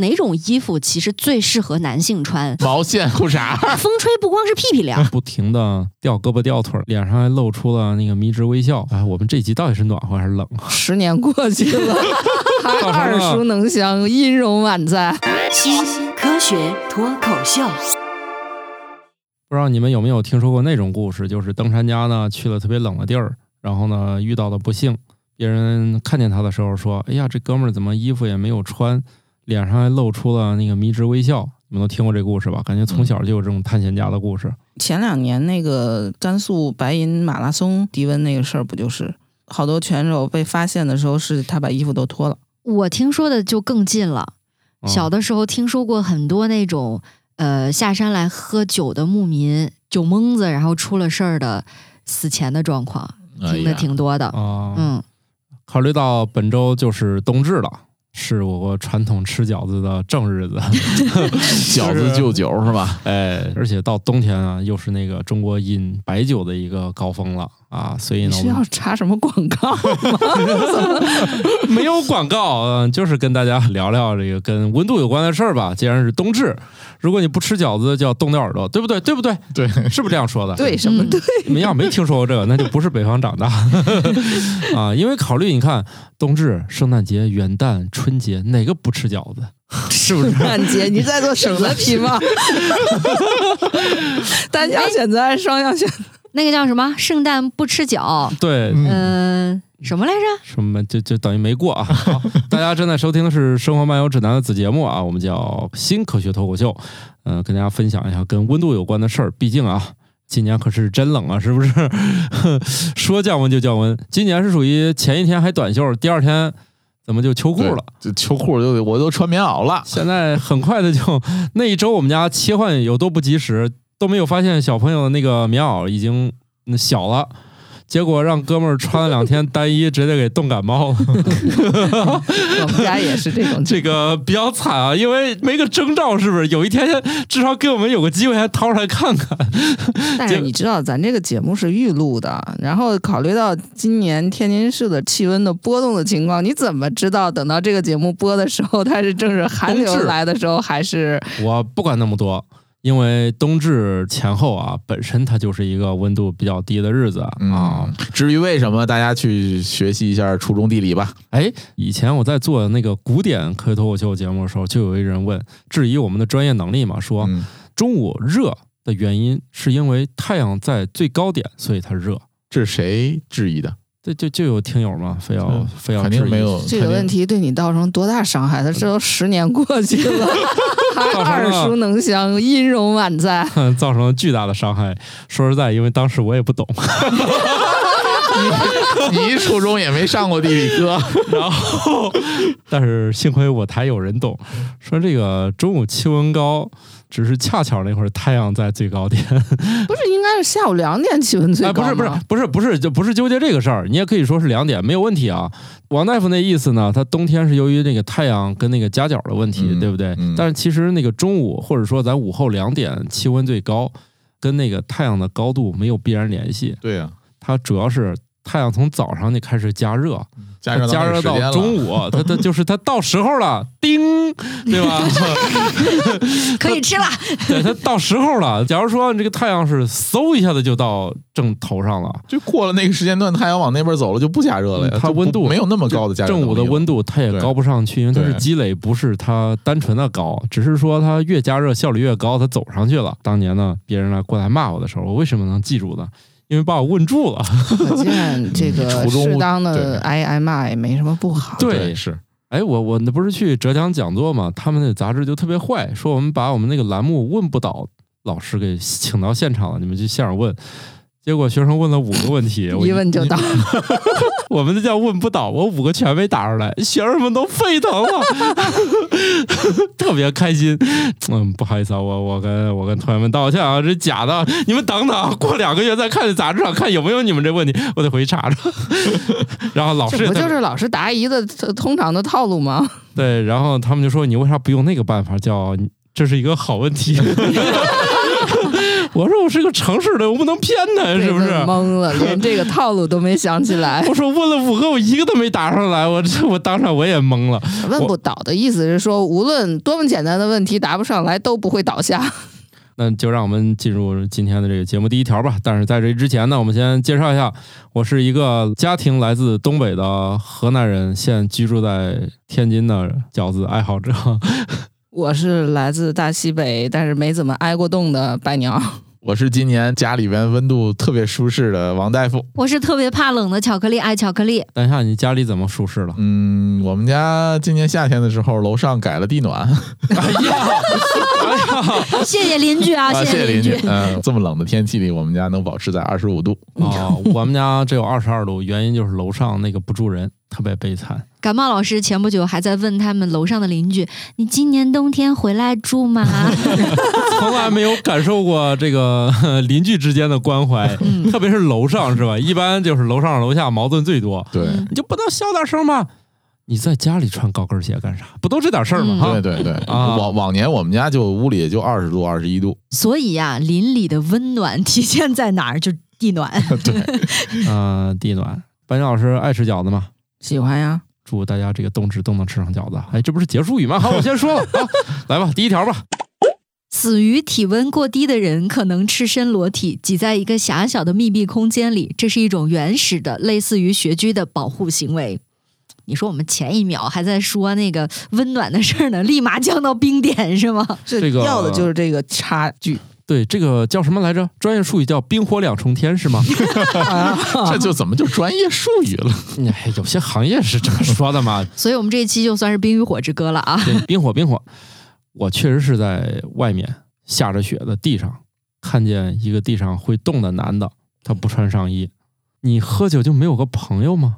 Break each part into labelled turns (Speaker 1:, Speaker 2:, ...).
Speaker 1: 哪种衣服其实最适合男性 穿？
Speaker 2: 毛线裤 衩，
Speaker 1: 风吹不光是屁屁 凉，
Speaker 3: 不停的掉胳膊掉腿儿，脸上还露出了那个迷之微笑。哎，我们这集到底是暖和还是冷啊？
Speaker 4: 十年过去 了，还
Speaker 3: 造成
Speaker 4: 耳
Speaker 3: 了
Speaker 4: 熟能详，音容满载。
Speaker 5: 新科学脱口秀，
Speaker 3: 不知道你们有没有听说过那种故事，就是登山家呢去了特别冷的地儿，然后呢遇到了不幸，别人看见他的时候说：“哎呀，这哥们儿怎么衣服也没有穿，脸上还露出了那个迷之微笑。”你们都听过这故事吧？感觉从小就有这种探险家的故事。
Speaker 4: 前两年那个甘肃白银马拉松低温那个事儿，不就是好多选手被发现的时候，是他把衣服都脱了。
Speaker 1: 我听说的就更近了。
Speaker 2: 哦
Speaker 3: 嗯
Speaker 1: 小的时候听说过很多那种呃下山来喝酒的牧民、酒蒙子，然后出了事儿的死前的状况，
Speaker 2: 哎
Speaker 1: 听的挺多
Speaker 2: 哦
Speaker 1: 的。
Speaker 3: 啊，
Speaker 1: 嗯，
Speaker 3: 考虑到本周就是冬至了，是我国传统吃饺子的正日 子，
Speaker 2: 饺子就酒是吧？
Speaker 3: 哎，而且到冬天啊，又是那个中国饮白酒的一个高峰了啊，所以
Speaker 4: 你
Speaker 3: 呢，
Speaker 4: 是
Speaker 3: 我
Speaker 4: 要
Speaker 3: 们
Speaker 4: 插什么广 告吗？
Speaker 3: 没有广告，嗯、就是跟大家聊聊这个跟温度有关的事儿吧。既然是冬至，如果你不吃饺子，就要冻掉耳朵，对不对？对不对？
Speaker 2: 对，
Speaker 3: 是不是这样说的？
Speaker 4: 对，什么
Speaker 1: 嗯
Speaker 4: 对？
Speaker 3: 你们要没听说过这个，那就不是北方长 大啊。因为考虑你看，冬至、圣诞节、元旦、春节，哪个不吃饺子？是不是？
Speaker 4: 曼姐， 你在做什么题 吗？单项选择还是双项选择？
Speaker 1: 那个叫什么？圣诞不吃饺，
Speaker 3: 对，
Speaker 2: 嗯，
Speaker 1: 嗯、什么来 着？
Speaker 3: 什么就就等于没过啊！好，大家正在收听的是《生活漫游指南》的子节目啊，我们叫新科学脱口秀，嗯、跟大家分享一下跟温度有关的事儿。毕竟啊，今年可是真冷啊，是不 是？说降温就降温，今年是属于前一天还短袖，第二天怎么就秋裤
Speaker 2: 对
Speaker 3: 了？
Speaker 2: 这秋裤就得我都穿棉袄了，
Speaker 3: 现在很快的就那一周我们家切换有多不及时，都没有发现小朋友的那个棉袄已经嗯小了。结果让哥们儿穿了两天单衣，直接给冻感冒了。
Speaker 4: 我们家也是这 种
Speaker 3: 这个比较惨啊，因为没个征兆，是不是？有一天至少给我们有个机会，还掏出来看看。
Speaker 4: 但是你知道，咱这个节目是预录的，然后考虑到今年天津市的气温的波动的情况，你怎么知道等到这个节目播的时候，它是正是寒流
Speaker 3: 冬至
Speaker 4: 来的时候，还是
Speaker 3: 我不管那么多，因为冬至前后啊，本身它就是一个温度比较低的日子啊。
Speaker 2: 嗯，至于为什么，大家去学习一下初中地理吧。
Speaker 3: 哎，以前我在做那个古典科学脱口秀节目的时候，就有一人问，质疑我们的专业能力嘛，说
Speaker 2: 嗯，
Speaker 3: 中午热的原因是因为太阳在最高点，所以它热。
Speaker 2: 这是谁质疑的？
Speaker 3: 这就就有听友嘛，非要
Speaker 2: 嗯
Speaker 3: 非要
Speaker 2: 肯
Speaker 3: 质
Speaker 2: 定
Speaker 3: 疑
Speaker 2: 没有
Speaker 4: 这个问。题对你造成多大伤害？它这都十年过去了， 还
Speaker 3: 造成
Speaker 4: 耳
Speaker 3: 了
Speaker 4: 熟能详，音容满载。
Speaker 3: 造成了巨大的伤害。说实在，因为当时我也不懂，
Speaker 2: 肯 定你一初中也没上过地理课，
Speaker 3: 然后，但是幸亏我台有人懂，
Speaker 2: 嗯
Speaker 3: 说这个中午气温高，只是恰巧那会儿太阳在 最高点。
Speaker 4: 不是应该是下午两点气温最
Speaker 3: 哎，
Speaker 4: 高
Speaker 3: 不
Speaker 4: 吗、
Speaker 3: 是不是不是不是，就不是纠结这个事儿，你也可以说是两点，没有问题啊。王大夫那意思呢，他冬天是由于那个太阳跟那个夹角的问题，
Speaker 2: 嗯
Speaker 3: 对不对？
Speaker 2: 嗯
Speaker 3: 但是其实那个中午或者说咱午后两点气温最高，跟那个太阳的高度没有必然联系，
Speaker 2: 对呀、
Speaker 3: 它主要是太阳从早上就开始加热。
Speaker 2: 加热
Speaker 3: 加热到中
Speaker 2: 午，
Speaker 3: 午，它它就是它到时候了，叮，对吧？
Speaker 1: 可以吃了。
Speaker 3: 对，它到时候了。假如说这个太阳是嗖一下子就到正头上了，
Speaker 2: 就过了那个时间段，太阳往那边走了，就不加热了呀
Speaker 3: 嗯。它
Speaker 2: 就不
Speaker 3: 温度
Speaker 2: 没有那么高的加热
Speaker 3: 正午的
Speaker 2: 能力了
Speaker 3: 温度它也
Speaker 2: 对
Speaker 3: 高不上去，因为它是
Speaker 2: 对
Speaker 3: 积累，不是它单纯的高，只是说它越加热效率越高，它走上去了。当年呢，别人来过来骂我的时候，我为什么能记住呢？因为把我问住了。
Speaker 4: 可 见这个
Speaker 2: 初中
Speaker 4: 适当
Speaker 2: 对
Speaker 4: 的挨挨骂也没什么不好。
Speaker 3: 对
Speaker 2: 对是，
Speaker 3: 哎，我我那不是去浙江讲座嘛，他们那杂志就特别坏，说我们把我们那个栏目问不倒老师给请到现场了，你们去现场问。结果学生问了五个问题，我
Speaker 4: 一问就到，，
Speaker 3: 我们这叫问不倒，我五个全没答出来，学生们都沸腾了， 特别开心。嗯，不好意思啊，我我跟我跟同学们道歉啊，这是假的，你们等等啊，过两个月再看杂志上看有没有你们这问题，我得回去查查。 然后老师
Speaker 4: 这
Speaker 3: 也
Speaker 4: 不
Speaker 3: 特别
Speaker 4: 就是老师答疑的通常的套路吗？
Speaker 3: 对，然后他们就说你为啥不用那个办法叫？这是一个好问题。 我说我是个城市的，我不能骗他，
Speaker 4: 对
Speaker 3: 是不？。
Speaker 4: 就是懵了，连这个套路都没想起来
Speaker 3: 我说问了五个，我一个都没答上来，我这我当场我也懵了。
Speaker 4: 问不倒的意思是说，无论多么简单的问题答不上来，都不会倒下。
Speaker 3: 那就让我们进入今天的这个节目第一条吧。但是在这之前呢，我们先介绍一下，我是一个家庭来自东北的河南人，现居住在天津的饺子爱好者。
Speaker 4: 我是来自大西北，但是没怎么挨过冻的白鸟。
Speaker 2: 我是今年家里边温度特别舒适的王大夫。
Speaker 1: 我是特别怕冷的巧克力爱巧克力，
Speaker 3: 等一下，你家里怎么舒适了？
Speaker 2: 嗯，我们家今年夏天的时候，楼上改了地暖，
Speaker 3: 哎呀，哎呀，
Speaker 1: 谢谢邻居啊，
Speaker 2: 啊，
Speaker 1: 谢
Speaker 2: 谢
Speaker 1: 邻
Speaker 2: 邻居。嗯，这么冷的天气里，我们家能保持在二十五度。
Speaker 3: 哦，我们家只有二十二度，原因就是楼上那个不住人，特别悲惨。
Speaker 1: 感冒老师前不久还在问他们楼上的邻居：“你今年冬天回来住吗
Speaker 3: 从来没有感受过这个 呵邻居之间的关怀，
Speaker 1: 嗯
Speaker 3: 特别是楼上是吧？一般就是楼上楼下矛盾最多，
Speaker 2: 对，
Speaker 1: 嗯
Speaker 3: 你就不能小点声吗？你在家里穿高跟鞋干啥？不都这点事儿吗？
Speaker 1: 嗯
Speaker 3: 哈、
Speaker 2: 对对对，
Speaker 3: 啊
Speaker 2: 往往年我们家就屋里也就二十度、二十一度，？”
Speaker 1: 所以呀、邻里的温暖体现在哪儿？就地暖。
Speaker 3: 嗯、地暖。白岩老师爱吃饺子吗？
Speaker 4: 喜欢呀，
Speaker 3: 祝大家这个冬至都能吃上饺子。哎，这不是结束语吗？好，我先说了，好，来吧，第一条吧。
Speaker 1: 死于体温过低的人可能赤身裸体挤在一个狭小的密闭空间里，这是一种原始的类似于穴居的保护行为。你说我们前一秒还在说那个温暖的事儿呢，立马降到冰点是吗？
Speaker 4: 这
Speaker 3: 这个
Speaker 4: 要的就是这个差 距。
Speaker 3: 对，这个叫什么来着？专业术语叫“冰火两重天”是吗？
Speaker 4: 啊
Speaker 1: 啊
Speaker 2: 这就怎么就专业术语了？
Speaker 3: 哎，有些行业是这么说的嘛。
Speaker 1: 所以我们这一期就算是冰与火之歌了啊！
Speaker 3: 对， 冰火冰火，我确实是在外面下着雪的地上，看见一个地上会冻的男的，他不穿上衣。你喝酒就没有个朋友吗？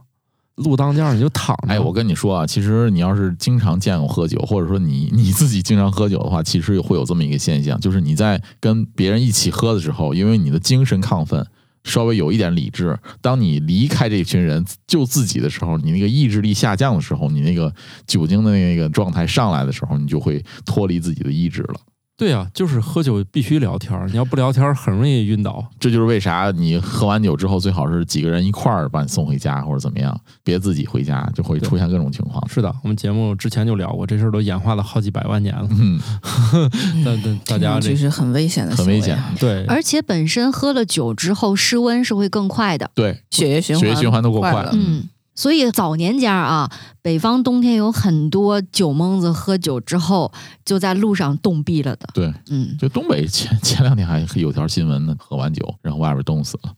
Speaker 3: 路当间儿你就躺着。
Speaker 2: 哎，我跟你说啊，其实你要是经常见我喝酒，或者说你你自己经常喝酒的话，其实会有这么一个现象，就是你在跟别人一起喝的时候，因为你的精神亢奋，稍微有一点理智，当你离开这群人就自己的时候，你那个意志力下降的时候，你那个酒精的那个状态上来的时候，你就会脱离自己的意志了。
Speaker 3: 对啊，就是喝酒必须聊天儿，你要不聊天儿很容易晕倒。
Speaker 2: 这就是为啥你喝完酒之后，最好是几个人一块儿把你送回家，或者怎么样，别自己回家，就会出现各种情况。
Speaker 3: 是的，我们节目之前就聊过，这事儿都演化了好几百万年了。
Speaker 2: 嗯，
Speaker 3: 但但大 家这
Speaker 4: 这是很危险的，
Speaker 2: 很危险。
Speaker 3: 对，
Speaker 1: 而且本身喝了酒之后，失温是会更快的。
Speaker 2: 对，
Speaker 4: 血液循
Speaker 2: 血液循环都够
Speaker 4: 快
Speaker 2: 快了。
Speaker 4: 了
Speaker 1: 嗯，所以早年间儿啊，北方冬天有很多酒蒙子喝酒之后就在路上冻毙了的。
Speaker 2: 对，
Speaker 1: 嗯，
Speaker 2: 就东北前前两天还有条新闻呢，喝完酒然后外边冻死了。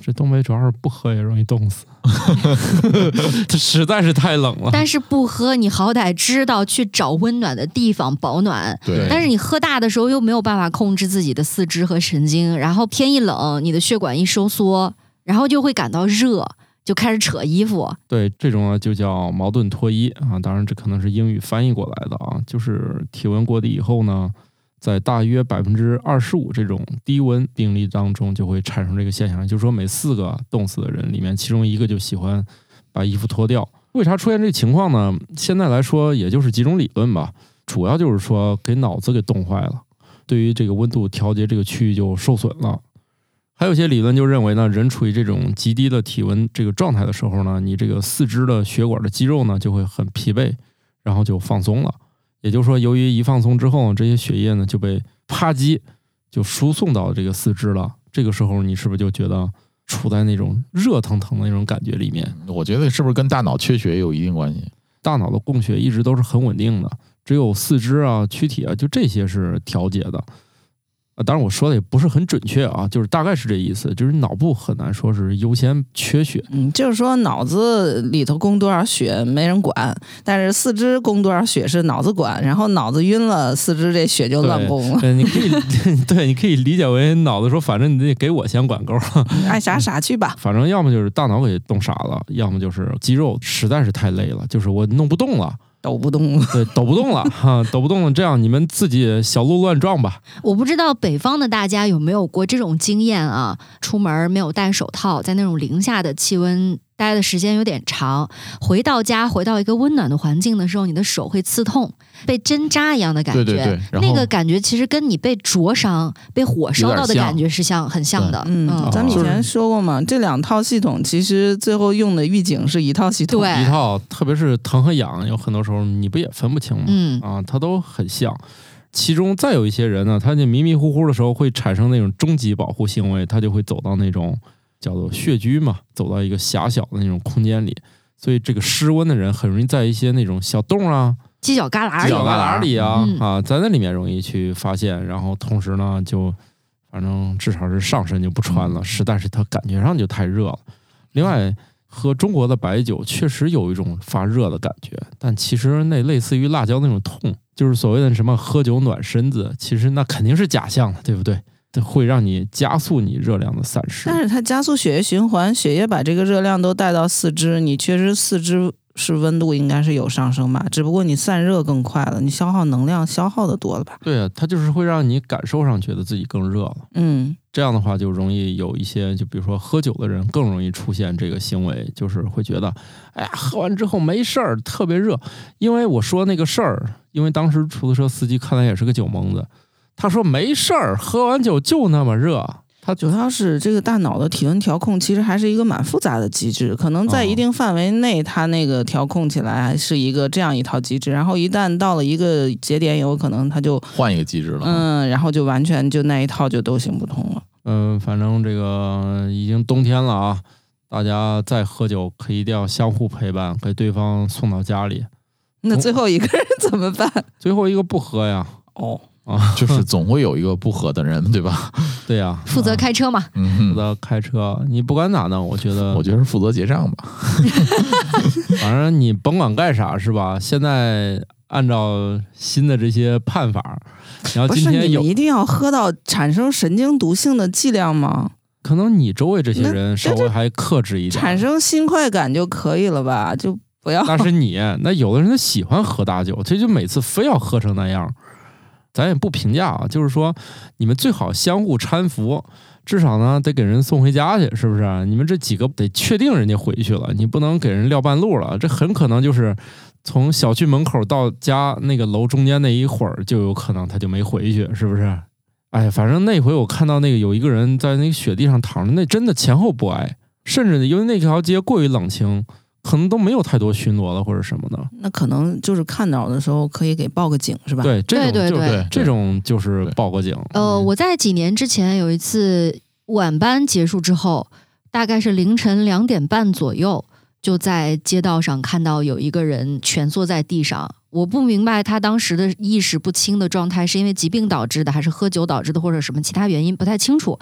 Speaker 3: 这东北主要是不喝也容易 冻死， 这实在是太冷了。
Speaker 1: 但是不喝，你好歹知道去找温暖的地方保暖。
Speaker 3: 对
Speaker 1: 但是你喝大的时候又没有办法控制自己的四肢和神经，然后天一冷，你的血管一收缩，然后就会感到热，就开始扯衣服。
Speaker 3: 对，这种呢就叫矛盾脱衣啊。当然，这可能是英语翻译过来的啊。就是体温过低以后呢，在大约百分之二十五这种低温病例当中，就会产生这个现象，就是说每四个冻死的人里面，其中一个就喜欢把衣服脱掉。为啥出现这个情况呢？现在来说，也就是几种理论吧，主要就是说给脑子给冻坏了，对于这个温度调节这个区域就受损了。还有一些理论就认为呢，人处于这种极低的体温这个状态的时候呢，你这个四肢的血管的肌肉呢就会很疲惫，然后就放松了。也就是说，由于一放松之后，这些血液呢就被啪叽就输送到这个四肢了。这个时候，你是不是就觉得处在那种热腾腾的那种感觉里面？
Speaker 2: 我觉得是不是跟大脑缺血也有一定关系？
Speaker 3: 大脑的供血一直都是很稳定的，只有四肢啊、躯体啊，就这些是调节的。啊，当然我说的也不是很准确啊，就是大概是这意思，就是脑部很难说是优先缺 血。
Speaker 4: 嗯，就是说脑子里头供多少血没人管，但是四肢供多少血是脑子管，然后脑子晕了，四肢这血就乱供了，
Speaker 3: 嗯，你可以对，你可以理解为脑子说，反正你得给我先管够，
Speaker 4: 爱啥啥去吧。
Speaker 3: 反正要么就是大脑给冻傻了，要么就是肌肉实在是太累了，就是我弄不动 了，
Speaker 4: 抖不动了，
Speaker 3: 对，抖不动了 哈，抖不动了，这样你们自己小鹿乱撞吧。
Speaker 1: 我不知道北方的大家有没有过这种经验啊？出门没有戴手套，在那种零下的气温待的时间有点长，回到家回到一个温暖的环境的时候，你的手会刺痛，被针扎一样的感觉。
Speaker 2: 对对对然后
Speaker 1: 那个感觉其实跟你被灼伤、被火烧到的感觉是像很像的。
Speaker 4: 嗯，咱们以
Speaker 3: 就是
Speaker 4: 前说过嘛，这两套系统其实最后用的预警是一套系统。
Speaker 1: 对
Speaker 3: 一套，特别是疼和痒，有很多时候你不也分不清吗？
Speaker 1: 嗯
Speaker 3: 啊，它都很像。其中再有一些人呢，他就迷迷糊糊的时候会产生那种终极保护行为，他就会走到那种叫做穴居嘛，走到一个狭小的那种空间里。所以这个失温的人很容易在一些那种小洞啊、
Speaker 1: 犄角旮旯
Speaker 3: 犄
Speaker 1: 里
Speaker 3: 角旮旯里啊、
Speaker 1: 嗯
Speaker 3: 啊，在那里面容易去发现，然后同时呢，就反正至少是上身就不穿了，实在是它感觉上就太热了。另外，喝中国的白酒确实有一种发热的感觉，但其实那类似于辣椒那种痛，就是所谓的什么喝酒暖身子，其实那肯定是假象的，对不对？这会让你加速你热量的散失。
Speaker 4: 但是它加速血液循环，血液把这个热量都带到四肢，你确实四肢是温度应该是有上升吧，只不过你散热更快了，你消耗能量消耗的多了吧？
Speaker 3: 对啊，它就是会让你感受上觉得自己更热了。
Speaker 4: 嗯，
Speaker 3: 这样的话就容易有一些，就比如说喝酒的人更容易出现这个行为，就是会觉得，哎呀，喝完之后没事儿，特别热。因为我说那个事儿，因为当时出租车司机看来也是个酒蒙子，他说没事儿，喝完酒就那么热。他
Speaker 4: 主要是这个大脑的体温调控其实还是一个蛮复杂的机制，可能在一定范围内，它那个调控起来还是一个这样一套机制，然后一旦到了一个节点，有可能它就
Speaker 2: 换一个机制了。
Speaker 4: 嗯，然后就完全就那一套就都行不通了。
Speaker 3: 嗯、反正这个已经冬天了啊，大家再喝酒可以一定要相互陪伴，给对方送到家里。
Speaker 4: 那
Speaker 3: 哦
Speaker 4: 最后一个人怎么办？
Speaker 3: 最后一个不喝呀，
Speaker 4: 哦，
Speaker 3: 啊，
Speaker 2: 就是总会有一个不合的人，对吧？
Speaker 3: 对呀、
Speaker 1: 负责开车嘛，
Speaker 2: 嗯
Speaker 3: 负
Speaker 2: 哼，
Speaker 3: 责开车，你不管咋弄，我觉得
Speaker 2: 我觉得是负责结账吧。
Speaker 3: 反正你甭管干啥是吧？现在按照新的这些判法，然后
Speaker 4: 不
Speaker 3: 今
Speaker 4: 是
Speaker 3: 天
Speaker 4: 你
Speaker 3: 有
Speaker 4: 们一定要喝到产生神经毒性的剂量吗？
Speaker 3: 可能你周围这些人稍
Speaker 4: 那
Speaker 3: 微还克制一点，
Speaker 4: 产生新快感就可以了吧？就不要。
Speaker 3: 那是你。那有的人他喜欢喝大酒，这就每次非要喝成那样，咱也不评价啊。就是说，你们最好相互搀扶，至少呢得给人送回家去，是不是？你们这几个得确定人家回去了，你不能给人撂半路了。这很可能就是从小区门口到家那个楼中间那一会儿，就有可能他就没回去，是不是？哎呀，反正那回我看到那个有一个人在那个雪地上躺着，那真的前后不挨，甚至因为那条街过于冷清，可能都没有太多巡逻了或者什么的。
Speaker 4: 那可能就是看到的时候可以给报个警是吧？，
Speaker 3: 对，这种
Speaker 1: 对
Speaker 3: 就是
Speaker 1: 对
Speaker 2: 对
Speaker 3: 这种就是
Speaker 2: 对
Speaker 3: 报个警。
Speaker 1: 呃，
Speaker 3: 嗯
Speaker 1: 我在几年之前有一次晚班结束之后，大概是凌晨两点半左右，就在街道上看到有一个人蜷缩在地上。我不明白他当时的意识不清的状态是因为疾病导致的，还是喝酒导致的，或者什么其他原因，不太清楚。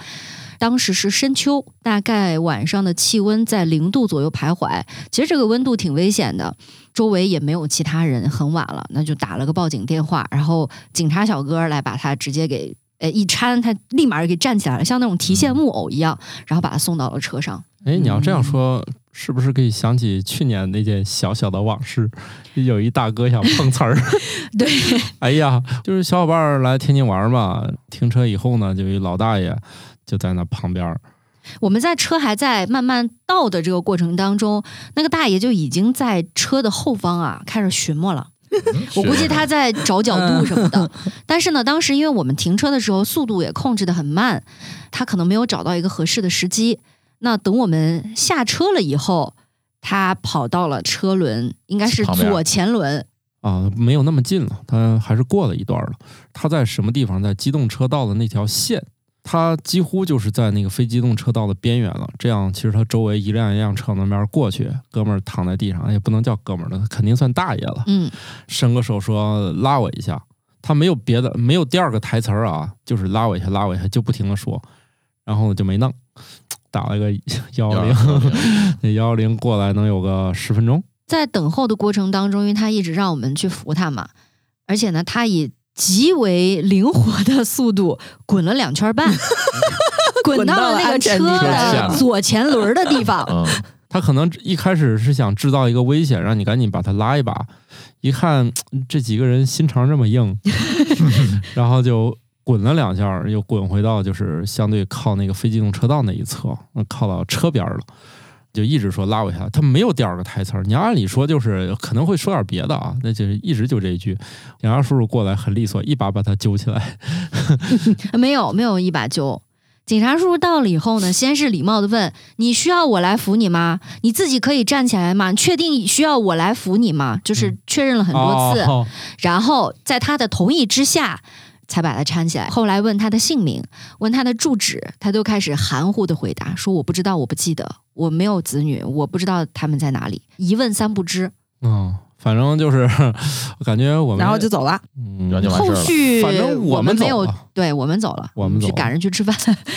Speaker 1: 当时是深秋，大概晚上的气温在零度左右徘徊，其实这个温度挺危险的。周围也没有其他人，很晚了，那就打了个报警电话，然后警察小哥来把他直接给呃一搀，他立马给站起来了，像那种提
Speaker 2: 嗯
Speaker 1: 线木偶一样，然后把他送到了车上。
Speaker 3: 哎，你要这样说，是不是可以想起去年那件小小的往事？ 有一大哥想碰瓷儿，
Speaker 1: 对，
Speaker 3: 哎呀，就是小伙伴儿来天津玩嘛，停车以后呢，就一老大爷就在那旁边儿，
Speaker 1: 我们在车还在慢慢倒的这个过程当中，那个大爷就已经在车的后方啊开始寻摸了。嗯我估 计他在找角度什么的，但是呢，当时因为我们停车的时候速度也控制的很慢，他可能没有找到一个合适的时机。那等我们下车了以后，他跑到了车轮，应该是
Speaker 2: 旁边
Speaker 1: 左前轮，
Speaker 3: 啊，没有那么近了，他还是过了一段了。他在什么地方？在机动车道的那条线，他几乎就是在那个非机动车道的边缘了。这样，其实他周围一辆一辆车那边过去，哥们儿躺在地上，也哎不能叫哥们儿了，他肯定算大爷了。
Speaker 1: 嗯，
Speaker 3: 伸个手说拉我一下，他没有别的，没有第二个台词儿啊，就是拉我一下，拉我一下，就不停的说，然后我就没弄，打了个幺幺零， 那幺幺零过来能有个十分钟，
Speaker 1: 在等候的过程当中，因为他一直让我们去扶他嘛，而且呢，他以极为灵活的速度滚了两圈半，滚到了那个车
Speaker 4: 滚到了
Speaker 2: 安
Speaker 1: 的
Speaker 2: 全地带
Speaker 1: 左前轮的地方。
Speaker 2: 嗯，
Speaker 3: 他可能一开始是想制造一个危险，让你赶紧把他拉一把，一看这几个人心肠这么硬， 然后就。滚了两下，又滚回到就是相对靠那个非机动车道那一侧，嗯靠到车边儿了。就一直说拉我一下，他没有第二个台词儿。你要按理说就是可能会说点别的啊，那就是一直就这一句。杨洋叔叔过来很利索，一把把他揪起来。
Speaker 1: 没有没有一把揪。警察叔叔到了以后呢，先是礼貌的问：“你需要我来扶你吗？你自己可以站起来吗？你确定需要我来扶你吗？”就是确认了 很多次，
Speaker 3: 哦
Speaker 1: 然后在他的同意之下，才把他搀起来。后来问他的姓名，问他的住址，他都开始含糊的回答，说我不知道，我不记得，我没有子女，我不知道他们在哪里。一问三不知，
Speaker 3: 嗯，反正就是 我感觉我们
Speaker 4: 然后就走了。
Speaker 3: 嗯
Speaker 2: 然后就完事
Speaker 1: 后
Speaker 2: 儿了。
Speaker 1: 续
Speaker 3: 反正我
Speaker 1: 我
Speaker 3: 们
Speaker 1: 没
Speaker 3: 走
Speaker 1: 有
Speaker 3: 了，
Speaker 1: 对我们走了，
Speaker 3: 我们走
Speaker 1: 去
Speaker 3: 了
Speaker 1: 赶着去吃饭。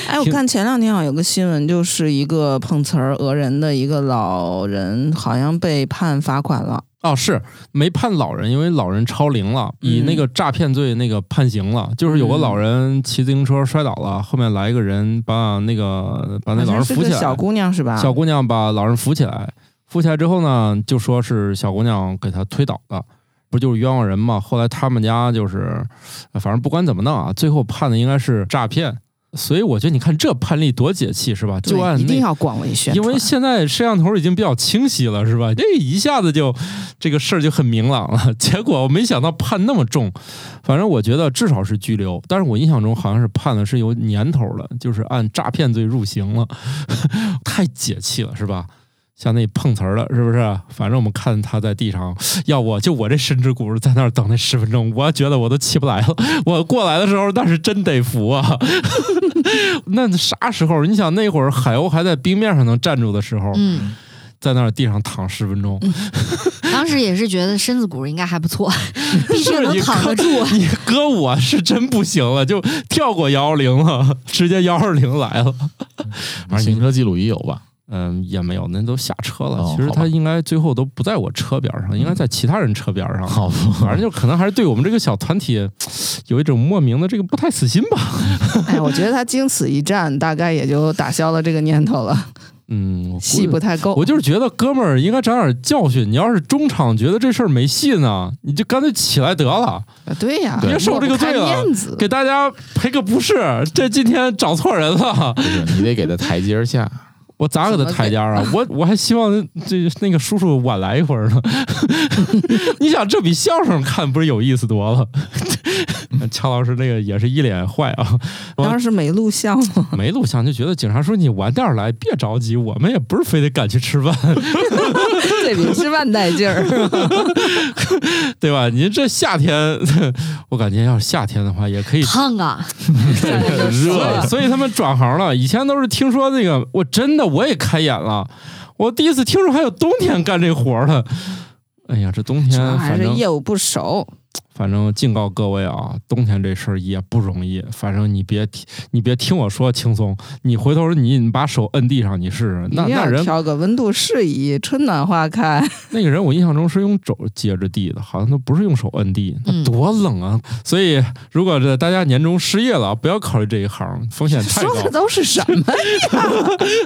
Speaker 4: 哎，我
Speaker 3: 听
Speaker 4: 看前两天好像有个新闻，就是一个碰瓷儿讹人的一个老人，好像被判罚款了。
Speaker 3: 哦，是没判老人，因为老人超龄了，以
Speaker 4: 嗯
Speaker 3: 那个诈骗罪那个判刑了。就是有个
Speaker 4: 嗯
Speaker 3: 老人骑自行车摔倒了，后面来一个人把那个把那老
Speaker 4: 好
Speaker 3: 人
Speaker 4: 像是
Speaker 3: 扶
Speaker 4: 个
Speaker 3: 起来，
Speaker 4: 小姑娘是吧？
Speaker 3: 小姑娘把老人扶起来，扶起来之后呢，就说是小姑娘给他推倒的，不就是冤枉人嘛？后来他们家就是，呃反正不管怎么弄啊，最后判的应该是诈骗。所以我觉得你看这判例多解气是吧？
Speaker 4: 对
Speaker 3: 就按
Speaker 4: 一定
Speaker 3: 那。
Speaker 4: 要广为宣
Speaker 3: 因
Speaker 4: 传，
Speaker 3: 为现在摄像头已经比较清晰了，是吧？这一下子就这个事儿就很明朗了。 结果我没想到判那么重，反正我觉得至少是拘留，但是我印象中好像是判的是有年头了，就是按诈骗罪入刑了， 太解气了，是吧？像那碰瓷儿的，是不是？反正我们看他在地上，要我就我这身子骨在那儿等那十分钟，我觉得我都起不来了。我过来的时候，那是真得扶啊！ 那啥时候？你想那会儿海鸥还在冰面上能站住的时候，
Speaker 1: 嗯，
Speaker 3: 在那儿地上躺十分钟，
Speaker 1: 当时也是觉得身子骨应该还不错，毕
Speaker 3: 是
Speaker 1: 竟能
Speaker 3: 你
Speaker 1: 躺得
Speaker 3: 看
Speaker 1: 住。
Speaker 3: 你哥我是真不行了，就跳过幺二零了，直接幺二零来了。反正
Speaker 2: 行
Speaker 3: 你
Speaker 2: 车记录仪有吧？
Speaker 3: 嗯，也没有，那都下车了。
Speaker 2: 哦
Speaker 3: 其实
Speaker 2: 好吧
Speaker 3: 他应该最后都不在我车边上，应该在其他人车边上。
Speaker 1: 嗯
Speaker 2: 好吧，
Speaker 3: 反正就可能还是对我们这个小团体有一种莫名的这个不太死心吧。
Speaker 4: 哎，我觉得他经此一战，大概也就打消了这个念头了，
Speaker 3: 嗯， 我
Speaker 4: 戏
Speaker 3: 估计
Speaker 4: 不太够
Speaker 3: 我。就是觉得哥们儿应该长点教训。你要是中场觉得这事儿没戏呢，你就干脆起来得了，
Speaker 4: 啊对呀，
Speaker 2: 对
Speaker 3: 别受这个罪
Speaker 4: 抹不开
Speaker 3: 了
Speaker 4: 面子
Speaker 3: 给大家赔个不是。这今天找错人了，
Speaker 2: 就是你得给他台阶儿下。
Speaker 3: 我咋给他台阶儿啊？我我还希望这那个叔叔晚来一会儿呢。 你想，这比相声看不是有意思多了？ 乔老师那个也是一脸坏啊。
Speaker 4: 当时没录像 嘛，
Speaker 3: 没录像就觉得警察说你晚点儿来，别着急，我们也不是非得赶去吃饭，
Speaker 4: 这比吃饭带劲儿。
Speaker 3: 对吧？您这夏天，我感觉要是夏天的话，也可 以。
Speaker 1: 烫啊！
Speaker 4: 哎
Speaker 3: 所以 所以他们转行了。以前都是听说那个，我真的我也开眼了，我第一次听说还有冬天干这活儿的。 哎呀，这冬
Speaker 4: 主
Speaker 3: 天
Speaker 4: 要还
Speaker 3: 反
Speaker 4: 是
Speaker 3: 正
Speaker 4: 业务不熟，
Speaker 3: 反正警告各位啊，冬天这事儿也不容易。反正你别听你别听我说轻松，你回头你你把手摁地上，你试试，
Speaker 4: 一
Speaker 3: 那
Speaker 4: 定
Speaker 3: 那
Speaker 4: 要
Speaker 3: 人
Speaker 4: 挑个温度适宜、春暖花开。
Speaker 3: 那个人我印象中是用肘接着地的，好像都不是用手摁地，那
Speaker 1: 嗯
Speaker 3: 多冷啊！所以如果这大家年终失业了，不要考虑这一行，风险太高
Speaker 4: 说。的都是什么呀？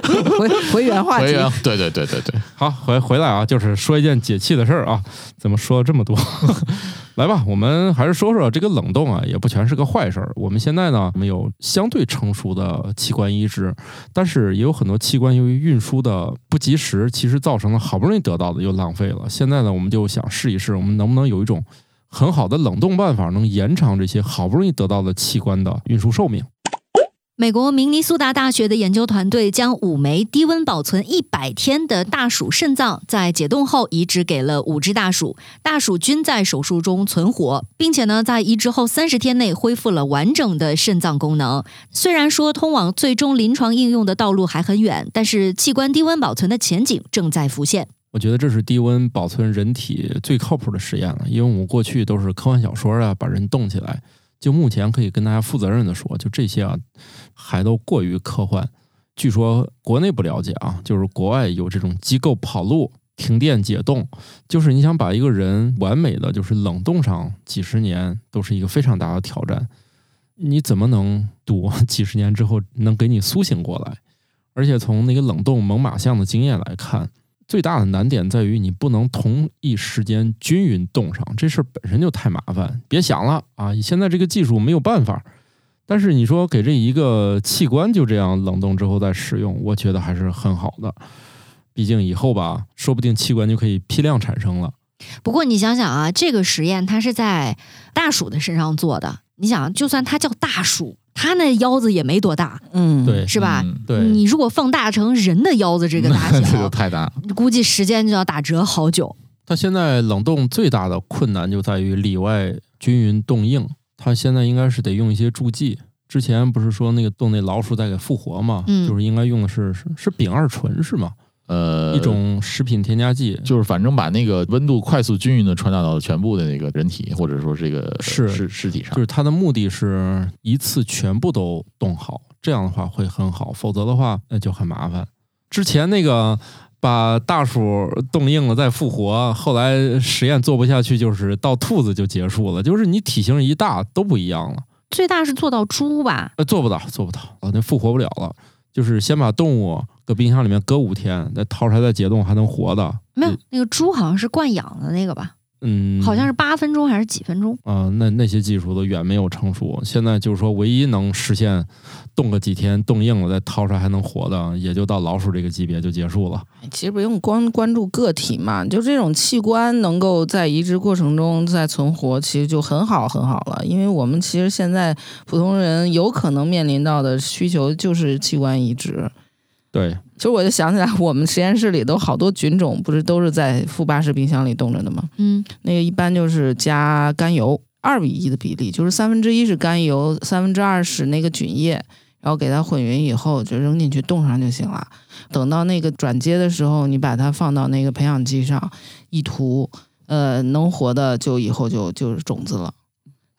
Speaker 4: 回回原话
Speaker 2: 回
Speaker 4: 题，
Speaker 2: 原，对对对对对，
Speaker 3: 好，回回来啊，就是说一件解气的事儿啊，怎么说了这么多？ 来吧，我们还是说说这个冷冻啊，也不全是个坏事儿。我们现在呢，我们有相对成熟的器官移植，但是也有很多器官由于运输的不及时，其实造成了好不容易得到的又浪费了。现在呢，我们就想试一试，我们能不能有一种很好的冷冻办法，能延长这些好不容易得到的器官的运输寿命。
Speaker 1: 美国明尼苏达大学的研究团队将五枚低温保存一百天的大鼠肾脏在解冻后移植给了五只大鼠，大鼠均在手术中存活，并且呢，在移植后三十天内恢复了完整的肾脏功能。虽然说通往最终临床应用的道路还很远，但是器官低温保存的前景正在浮现。
Speaker 3: 我觉得这是低温保存人体最靠谱的实验啊了，因为我们过去都是科幻小说啊，把人冻起来。就目前可以跟大家负责任的说，就这些啊，还都过于科幻。据说国内不了解啊，就是国外有这种机构跑路、停电解冻，就是你想把一个人完美的就是冷冻上几十年，都是一个非常大的挑战。你怎么能赌几十年之后能给你苏醒过来？而且从那个冷冻猛犸象的经验来看，最大的难点在于你不能同一时间均匀冻上，这事儿本身就太麻烦，别想了啊！现在这个技术没有办法。但是你说给这一个器官就这样冷冻之后再使用，我觉得还是很好的。毕竟以后吧，说不定器官就可以批量产生了。
Speaker 1: 不过你想想啊，这个实验它是在大鼠的身上做的。你想，就算它叫大鼠，它那腰子也没多大，
Speaker 4: 嗯，
Speaker 3: 对
Speaker 1: 是吧？
Speaker 2: 嗯
Speaker 3: 对，
Speaker 1: 你如果放大成人的腰子这个 大
Speaker 2: 这就
Speaker 1: 小，
Speaker 2: 太大了。
Speaker 1: 估计时间就要打折好久。
Speaker 3: 它现在冷冻最大的困难就在于里外均匀冻硬，它现在应该是得用一些助剂。之前不是说那个冻那老鼠再给复活嘛，
Speaker 1: 嗯
Speaker 3: 就是应该用的是是是丙二醇是吗？
Speaker 2: 呃，
Speaker 3: 一种食品添加剂。
Speaker 2: 就是反正把那个温度快速均匀的传导到全部的那个人体或者说这个
Speaker 3: 是
Speaker 2: 尸尸体上
Speaker 3: 就。是它的目的是一次全部都冻好，这样的话会很好，否则的话那就很麻烦。之前那个把大鼠冻硬了再复活，后来实验做不下去，就是到兔子就结束了，就是你体型一大都不一样了。
Speaker 1: 最大是做到猪吧？
Speaker 3: 呃，做不到，做不到，啊，那复活不了了。就是先把动物搁冰箱里面搁五天，再掏出来再解冻，还能活的。
Speaker 1: 没有
Speaker 3: 嗯，
Speaker 1: 那个猪好像是惯养的那个吧？
Speaker 3: 嗯，
Speaker 1: 好像是八分钟还是几分钟？
Speaker 3: 啊、那那些技术都远没有成熟。现在就是说，唯一能实现冻个几天、冻硬了再掏出来还能活的，也就到老鼠这个级别就结束了。
Speaker 4: 其实不用光关注个体嘛，就这种器官能够在移植过程中再存活，其实就很好很好了。因为我们其实现在普通人有可能面临到的需求就是器官移植。
Speaker 3: 对，
Speaker 4: 其实我就想起来，我们实验室里都好多菌种，不是都是在负八十冰箱里冻着的吗？
Speaker 1: 嗯，
Speaker 4: 那个一般就是加甘油，二比一的比例，就是三分之一是甘油，三分之二是那个菌液，然后给它混匀以后就扔进去冻上就行了。等到那个转接的时候，你把它放到那个培养基上一涂，呃，能活的就以后就就是种子了。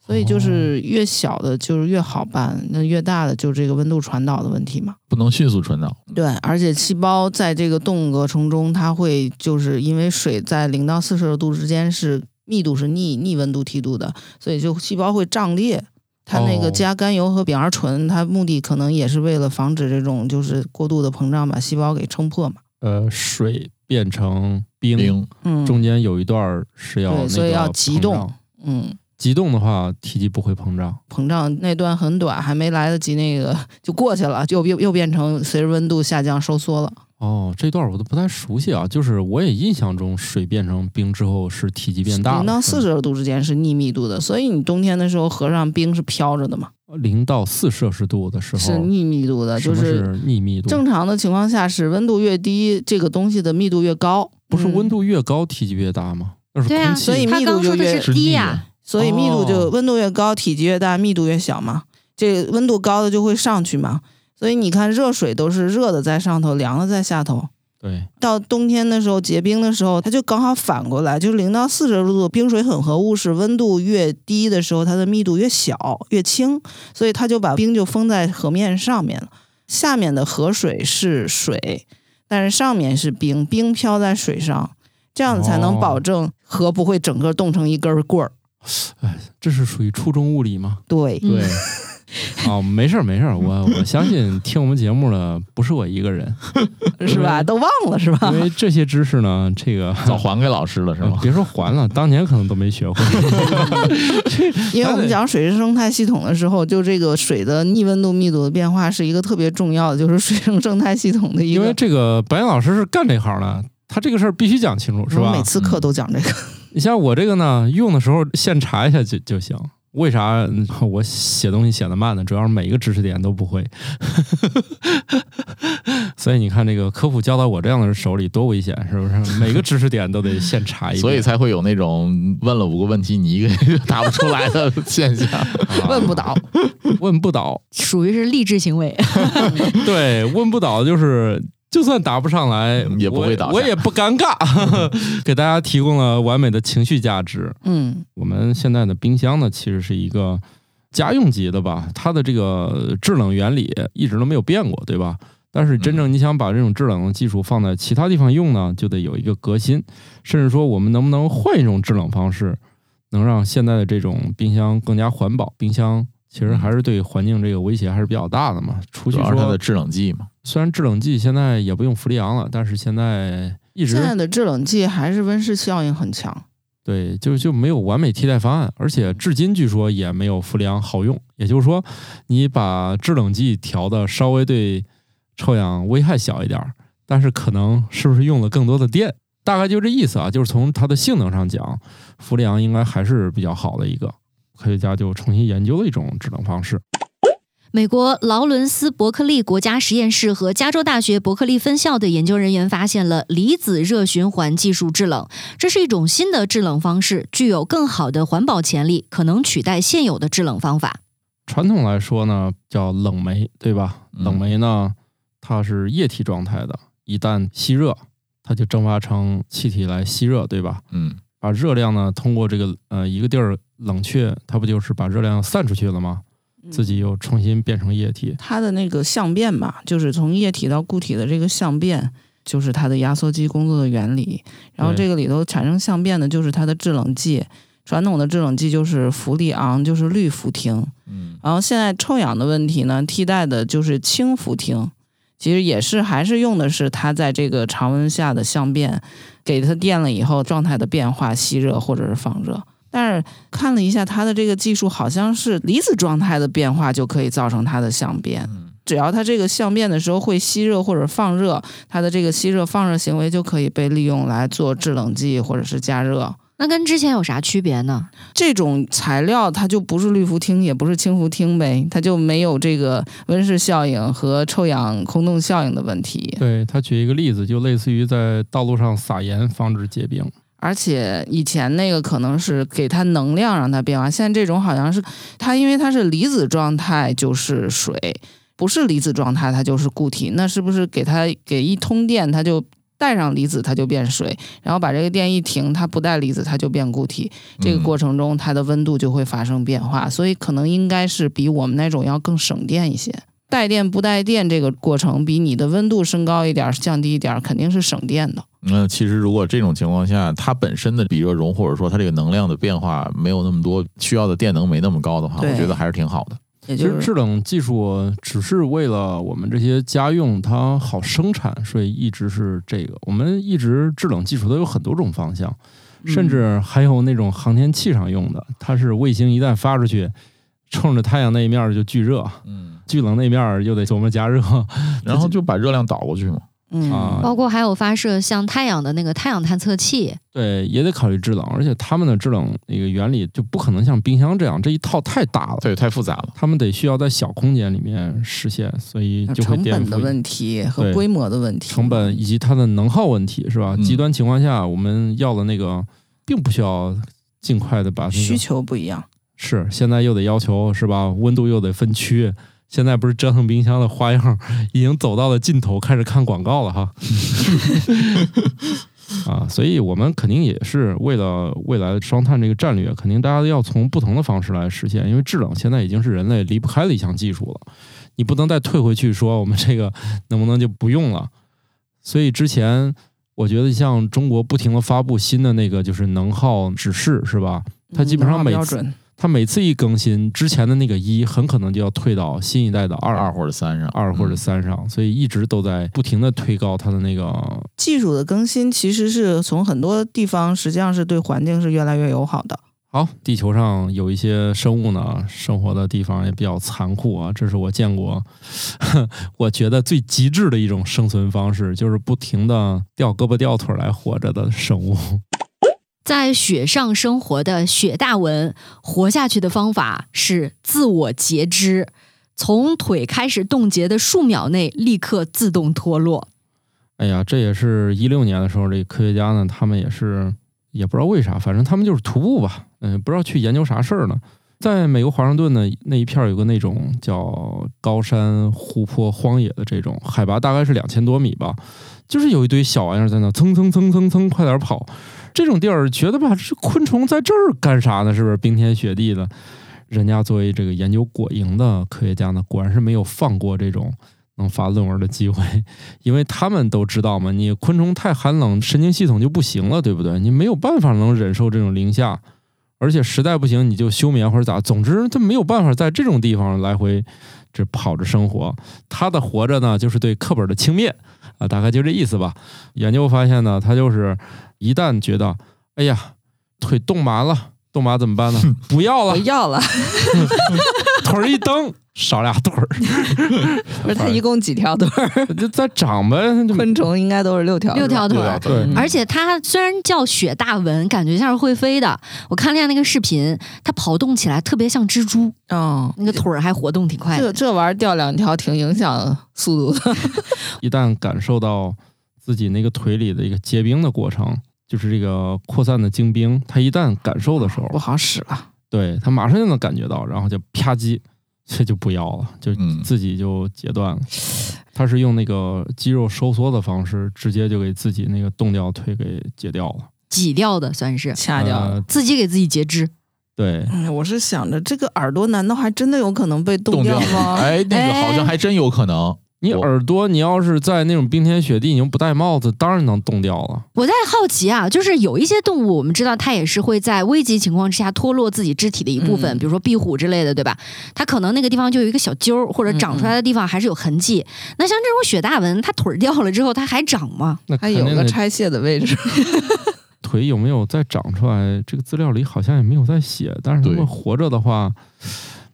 Speaker 4: 所以就是越小的就是越好办，那越大的就是这个温度传导的问题嘛。
Speaker 2: 不能迅速传导，
Speaker 4: 对，而且细胞在这个冻过程中，它会就是因为水在零到四十度之间是密度是逆逆温度梯度的，所以就细胞会胀裂。它那
Speaker 3: 哦
Speaker 4: 个加甘油和丙二醇，它目的可能也是为了防止这种就是过度的膨胀，把细胞给撑破嘛。
Speaker 3: 呃，水变成冰，
Speaker 2: 零
Speaker 4: 嗯，
Speaker 3: 中间有一段儿是要、那
Speaker 4: 对，
Speaker 3: 个、
Speaker 4: 所以要急冻。，嗯，
Speaker 3: 急冻的话体积不会膨胀。
Speaker 4: 膨胀那段很短，还没来得及那个就过去了，就又又变成随着温度下降收缩了。
Speaker 3: 哦，这段我都不太熟悉啊，就是我也印象中水变成冰之后是体积变大了，嗯
Speaker 4: 零到
Speaker 3: 是
Speaker 4: 四
Speaker 3: 吗
Speaker 4: 十度之间是逆密度的，所以你冬天的时候河上冰是飘着的嘛。
Speaker 3: 零到四摄氏度的时候
Speaker 4: 是逆密度的，
Speaker 3: 什
Speaker 4: 就
Speaker 3: 么
Speaker 4: 是
Speaker 3: 是逆密度，
Speaker 4: 正常的情况下是温度越低，这个东西的密度越高，
Speaker 3: 不是
Speaker 4: 嗯
Speaker 3: 温，度越高体积越大吗？那是
Speaker 1: 对啊
Speaker 3: 空气
Speaker 4: 所以
Speaker 1: 他
Speaker 4: 密
Speaker 1: 刚
Speaker 4: 度
Speaker 1: 说
Speaker 4: 就
Speaker 1: 的
Speaker 4: 越
Speaker 1: 是
Speaker 2: 是
Speaker 1: 低啊
Speaker 2: 逆
Speaker 1: 呀、
Speaker 4: 所以密度就
Speaker 3: 哦
Speaker 4: 温度越高，体积越大，密度越小嘛。这温度高的就会上去嘛，所以你看热水都是热的在上头，凉的在下头。
Speaker 3: 对，
Speaker 4: 到冬天的时候结冰的时候，它就刚好反过来，就是零到四十度冰水混合物是温度越低的时候，它的密度越小越轻，所以它就把冰就封在河面上面了。下面的河水是水，但是上面是冰， 冰飘在水上，这样子才能
Speaker 3: 哦
Speaker 4: 保证河不会整个冻成一根棍儿。
Speaker 3: 这是属于初中物理吗？
Speaker 4: 对，
Speaker 1: 嗯
Speaker 2: 对，
Speaker 3: 哦，没事儿没事儿，我我相信听我们节目的不是我一个 人，嗯
Speaker 4: 是吧？都忘了是吧
Speaker 3: 因？为这些知识呢，这个
Speaker 2: 早还给老师了是
Speaker 3: 呃
Speaker 2: 吗？
Speaker 3: 别说还了，当年可能都没学 会。
Speaker 4: 因为我们讲水质生态系统的时候，就这个水的逆温度密度的变化是一个特别重要的，就是水生生态系统的一
Speaker 3: 因为
Speaker 4: 个。
Speaker 3: 这个白岩老师是干这行的，他这个事儿必须讲清楚，是
Speaker 4: 我
Speaker 3: 吧
Speaker 4: 每？次课都讲这个。
Speaker 3: 你像我这个呢，用的时候现查一下就就行。为啥 嗯我写东西写的慢呢？主要是每一个知识点都不会， 所以你看这个科普教到我这样的人手里多危险，是不是？每个知识点都得现查一遍，
Speaker 2: 所以才会有那种问了五个问题你一个也答不出来的 现象。
Speaker 3: 啊
Speaker 4: 问不倒，
Speaker 3: 问不倒。
Speaker 1: 属于是励志行为。
Speaker 3: 对，问不倒就是，就算答不上来
Speaker 2: 嗯也不会倒
Speaker 3: 我，我
Speaker 2: 下
Speaker 3: 也不尴尬， 给大家提供了完美的情绪价值。
Speaker 4: 嗯，
Speaker 3: 我们现在的冰箱呢，其实是一个家用级的吧，它的这个制冷原理一直都没有变过，对吧？但是真正你想把这种制冷的技术放在其他地方用呢，就得有一个革新，甚至说我们能不能换一种制冷方式，能让现在的这种冰箱更加环保？冰箱其实还是对环境这个威胁还是比较大的嘛。除
Speaker 2: 嗯主
Speaker 3: 去
Speaker 2: 要是它的
Speaker 3: 说，
Speaker 2: 制冷剂嘛，
Speaker 3: 虽然制冷剂现在也不用氟利昂了，但是现在一直
Speaker 4: 现在的制冷剂还是温室效应很强。
Speaker 3: 对，就就没有完美替代方案，而且至今据说也没有氟利昂好用。也就是说，你把制冷剂调的稍微对臭氧危害小一点儿，但是可能是不是用了更多的电？大概就这意思啊。就是从它的性能上讲，氟利昂应该还是比较好的一个。科学家就重新研究了一种制冷方式。
Speaker 1: 美国劳伦斯伯克利国家实验室和加州大学伯克利分校的研究人员发现了离子热循环技术制冷，这是一种新的制冷方式，具有更好的环保潜力，可能取代现有的制冷方法。
Speaker 3: 传统来说呢，叫冷媒，对吧？
Speaker 2: 嗯
Speaker 3: 冷媒呢，它是液体状态的，一旦吸热，它就蒸发成气体来吸热，对吧？
Speaker 2: 嗯
Speaker 3: 把热量呢，通过这个呃一个地儿冷却，它不就是把热量散出去了吗？自
Speaker 4: 嗯
Speaker 3: 己又重新变成液体。
Speaker 4: 它的那个相变吧，就是从液体到固体的这个相变，就是它的压缩机工作的原理。然后
Speaker 3: 对
Speaker 4: 这个里头产生相变的就是它的制冷剂，传统的制冷剂就是氟利昂，就是氯氟烃。
Speaker 2: 嗯
Speaker 4: 然后现在臭氧的问题呢，替代的就是氢氟烃，其实也是还是用的是它在这个常温下的相变，给它电了以后状态的变化，吸热或者是放热。但是看了一下它的这个技术，好像是离子状态的变化就可以造成它的相变。只要它这个相变的时候会吸热或者放热，它的这个吸热放热行为就可以被利用来做制冷剂或者是加热。
Speaker 1: 那跟之前有啥区别呢？
Speaker 4: 这种材料它就不是氯氟烃，也不是氢氟烃呗，它就没有这个温室效应和臭氧空洞效应的问题。
Speaker 3: 对他举一个例子，就类似于在道路上撒盐防止结冰。
Speaker 4: 而且以前那个可能是给它能量让它变化，现在这种好像是它因为它是离子状态就是水，不是离子状态它就是固体，那是不是给它给一通电它就？带上离子，它就变水；然后把这个电一停，它不带离子，它就变固体。这
Speaker 3: 嗯
Speaker 4: 个过程中它的温度就会发生变化，所以可能应该是比我们那种要更省电一些。带电不带电这个过程，比你的温度升高一点儿、降低一点儿，肯定是省电的。
Speaker 2: 嗯那其实如果这种情况下，它本身的比热容或者说它这个能量的变化没有那么多，需要的电能没那么高的话，
Speaker 4: 对
Speaker 2: 我觉得还是挺好的。
Speaker 4: 也
Speaker 3: 其
Speaker 4: 就
Speaker 3: 实
Speaker 4: 是
Speaker 3: 制冷技术只是为了我们这些家用它好生产，所以一直是这个。我们一直制冷技术都有很多种方向，甚
Speaker 4: 嗯
Speaker 3: 至还有那种航天器上用的，它是卫星一旦发出去，冲着太阳那一面儿就聚热，
Speaker 2: 嗯，
Speaker 3: 聚冷那面儿又得琢磨加热。
Speaker 2: 然后就把热量导过去嘛。
Speaker 4: 嗯
Speaker 3: 啊
Speaker 1: 包括还有发射像太阳的那个太阳探测器，
Speaker 3: 对，也得考虑制冷，而且他们的制冷那个原理就不可能像冰箱这样，这一套太大了。
Speaker 2: 对，太复杂了。
Speaker 3: 他们得需要在小空间里面实现，所以就会
Speaker 4: 成
Speaker 3: 颠
Speaker 4: 本的
Speaker 3: 覆
Speaker 4: 问题和
Speaker 3: 对
Speaker 4: 规模的问题，
Speaker 3: 成本以及它的能耗问题，是吧？
Speaker 2: 嗯
Speaker 3: 极端情况下，我们要的那个并不需要尽快的把那个
Speaker 4: 需求不一样。
Speaker 3: 是现在又得要求是吧？温度又得分区，现在不是折腾冰箱的花样已经走到了尽头，开始看广告了哈。啊，所以我们肯定也是为了未来双碳这个战略，肯定大家都要从不同的方式来实现，因为制冷现在已经是人类离不开的一项技术了，你不能再退回去说我们这个能不能就不用了。所以之前我觉得像中国不停的发布新的那个就是能耗指示是吧？它基本
Speaker 4: 嗯
Speaker 3: 上
Speaker 4: 能
Speaker 3: 每
Speaker 4: 耗标
Speaker 3: 次
Speaker 4: 准，
Speaker 3: 它每次一更新，之前的那个一很可能就要退到新一代的二
Speaker 2: 二或者三上，
Speaker 3: 二或者
Speaker 2: 嗯
Speaker 3: 三上，所以一直都在不停的推高它的那个。
Speaker 4: 技术的更新其实是从很多地方实际上是对环境是越来越友好的。
Speaker 3: 好，地球上有一些生物呢，生活的地方也比较残酷啊，这是我见过， 我觉得最极致的一种生存方式，就是不停的掉胳膊掉腿儿来活着的生物。
Speaker 1: 在雪上生活的雪大文，活下去的方法是自我截肢，从腿开始冻结的数秒内立刻自动脱落。
Speaker 3: 哎呀，这也是一六年的时候，这科学家呢，他们也是也不知道为啥，反正他们就是徒步吧，嗯、不知道去研究啥事儿呢。在美国华盛顿呢，那一片儿有个那种叫高山湖泊荒野的这种，海拔大概是两千多米吧，就是有一堆小玩意儿在那蹭蹭蹭蹭蹭，快点跑。这种地儿觉得吧，这昆虫在这儿干啥呢？是不是冰天雪地的？人家作为这个研究果蝇的科学家呢，果然是没有放过这种能发论文的机会。因为他们都知道嘛，你昆虫太寒冷，神经系统就不行了，对不对？你没有办法能忍受这种零下，而且实在不行你就休眠或者咋，总之它没有办法在这种地方来回这跑着生活。他的活着呢，就是对课本的轻蔑啊，大概就这意思吧。研究发现呢，他就是一旦觉得哎呀腿冻麻了。豆麻怎么办呢？不要
Speaker 4: 不
Speaker 3: 了，
Speaker 4: 要了。
Speaker 3: 腿儿一蹬，少俩腿儿，
Speaker 4: 不是， 它一共几条腿 儿？
Speaker 3: 就再长呗。就
Speaker 4: 昆虫应该都是六条，
Speaker 1: 六条
Speaker 4: 是吧
Speaker 1: 腿
Speaker 2: 对
Speaker 1: 儿
Speaker 2: 吧？。
Speaker 3: 对
Speaker 4: 嗯
Speaker 1: 而且它虽然叫雪大蚊，感觉像是会飞的。我看了一下那个视频，它跑动起来特别像蜘蛛，
Speaker 4: 嗯，
Speaker 1: 那个腿儿还活动挺快
Speaker 4: 这
Speaker 1: 的。
Speaker 4: 这玩意儿掉两条挺影响速度的。
Speaker 3: 一旦感受到自己那个腿里的一个结冰的过程，就是这个扩散的精冰，它一旦感受的时候
Speaker 4: 不，好使了，
Speaker 3: 对它马上就能感觉到，然后就啪叽，这就不要了，就
Speaker 2: 嗯
Speaker 3: 自己就截断了。它是用那个肌肉收缩的方式，直接就给自己那个冻掉腿给截掉了，
Speaker 1: 挤掉的算是
Speaker 4: 掐掉了。
Speaker 3: 呃
Speaker 1: 自己给自己截肢。
Speaker 3: 对，
Speaker 4: 哎，我是想着这个耳朵难道还真的有可能被冻
Speaker 2: 冻掉
Speaker 4: 掉吗？
Speaker 2: 哎，那个好像还真有可能。
Speaker 3: 你
Speaker 2: 我
Speaker 3: 耳朵，你要是在那种冰天雪地，你又不戴帽子，当然能冻掉了。
Speaker 1: 我在好奇啊，就是有一些动物，我们知道它也是会在危急情况之下脱落自己肢体的一部分，
Speaker 4: 嗯
Speaker 1: 比如说壁虎之类的，对吧？它可能那个地方就有一个小揪儿，或者长出来的地方还是有痕迹。那像这种雪大蚊，它腿儿掉了之后，它还长吗？
Speaker 3: 那
Speaker 4: 还
Speaker 3: 肯
Speaker 4: 有
Speaker 3: 定
Speaker 4: 个
Speaker 3: 得
Speaker 4: 拆卸的位置，
Speaker 3: 腿有没有再长出来，这个资料里好像也没有在写。但是他
Speaker 2: 对
Speaker 3: 们活着的话，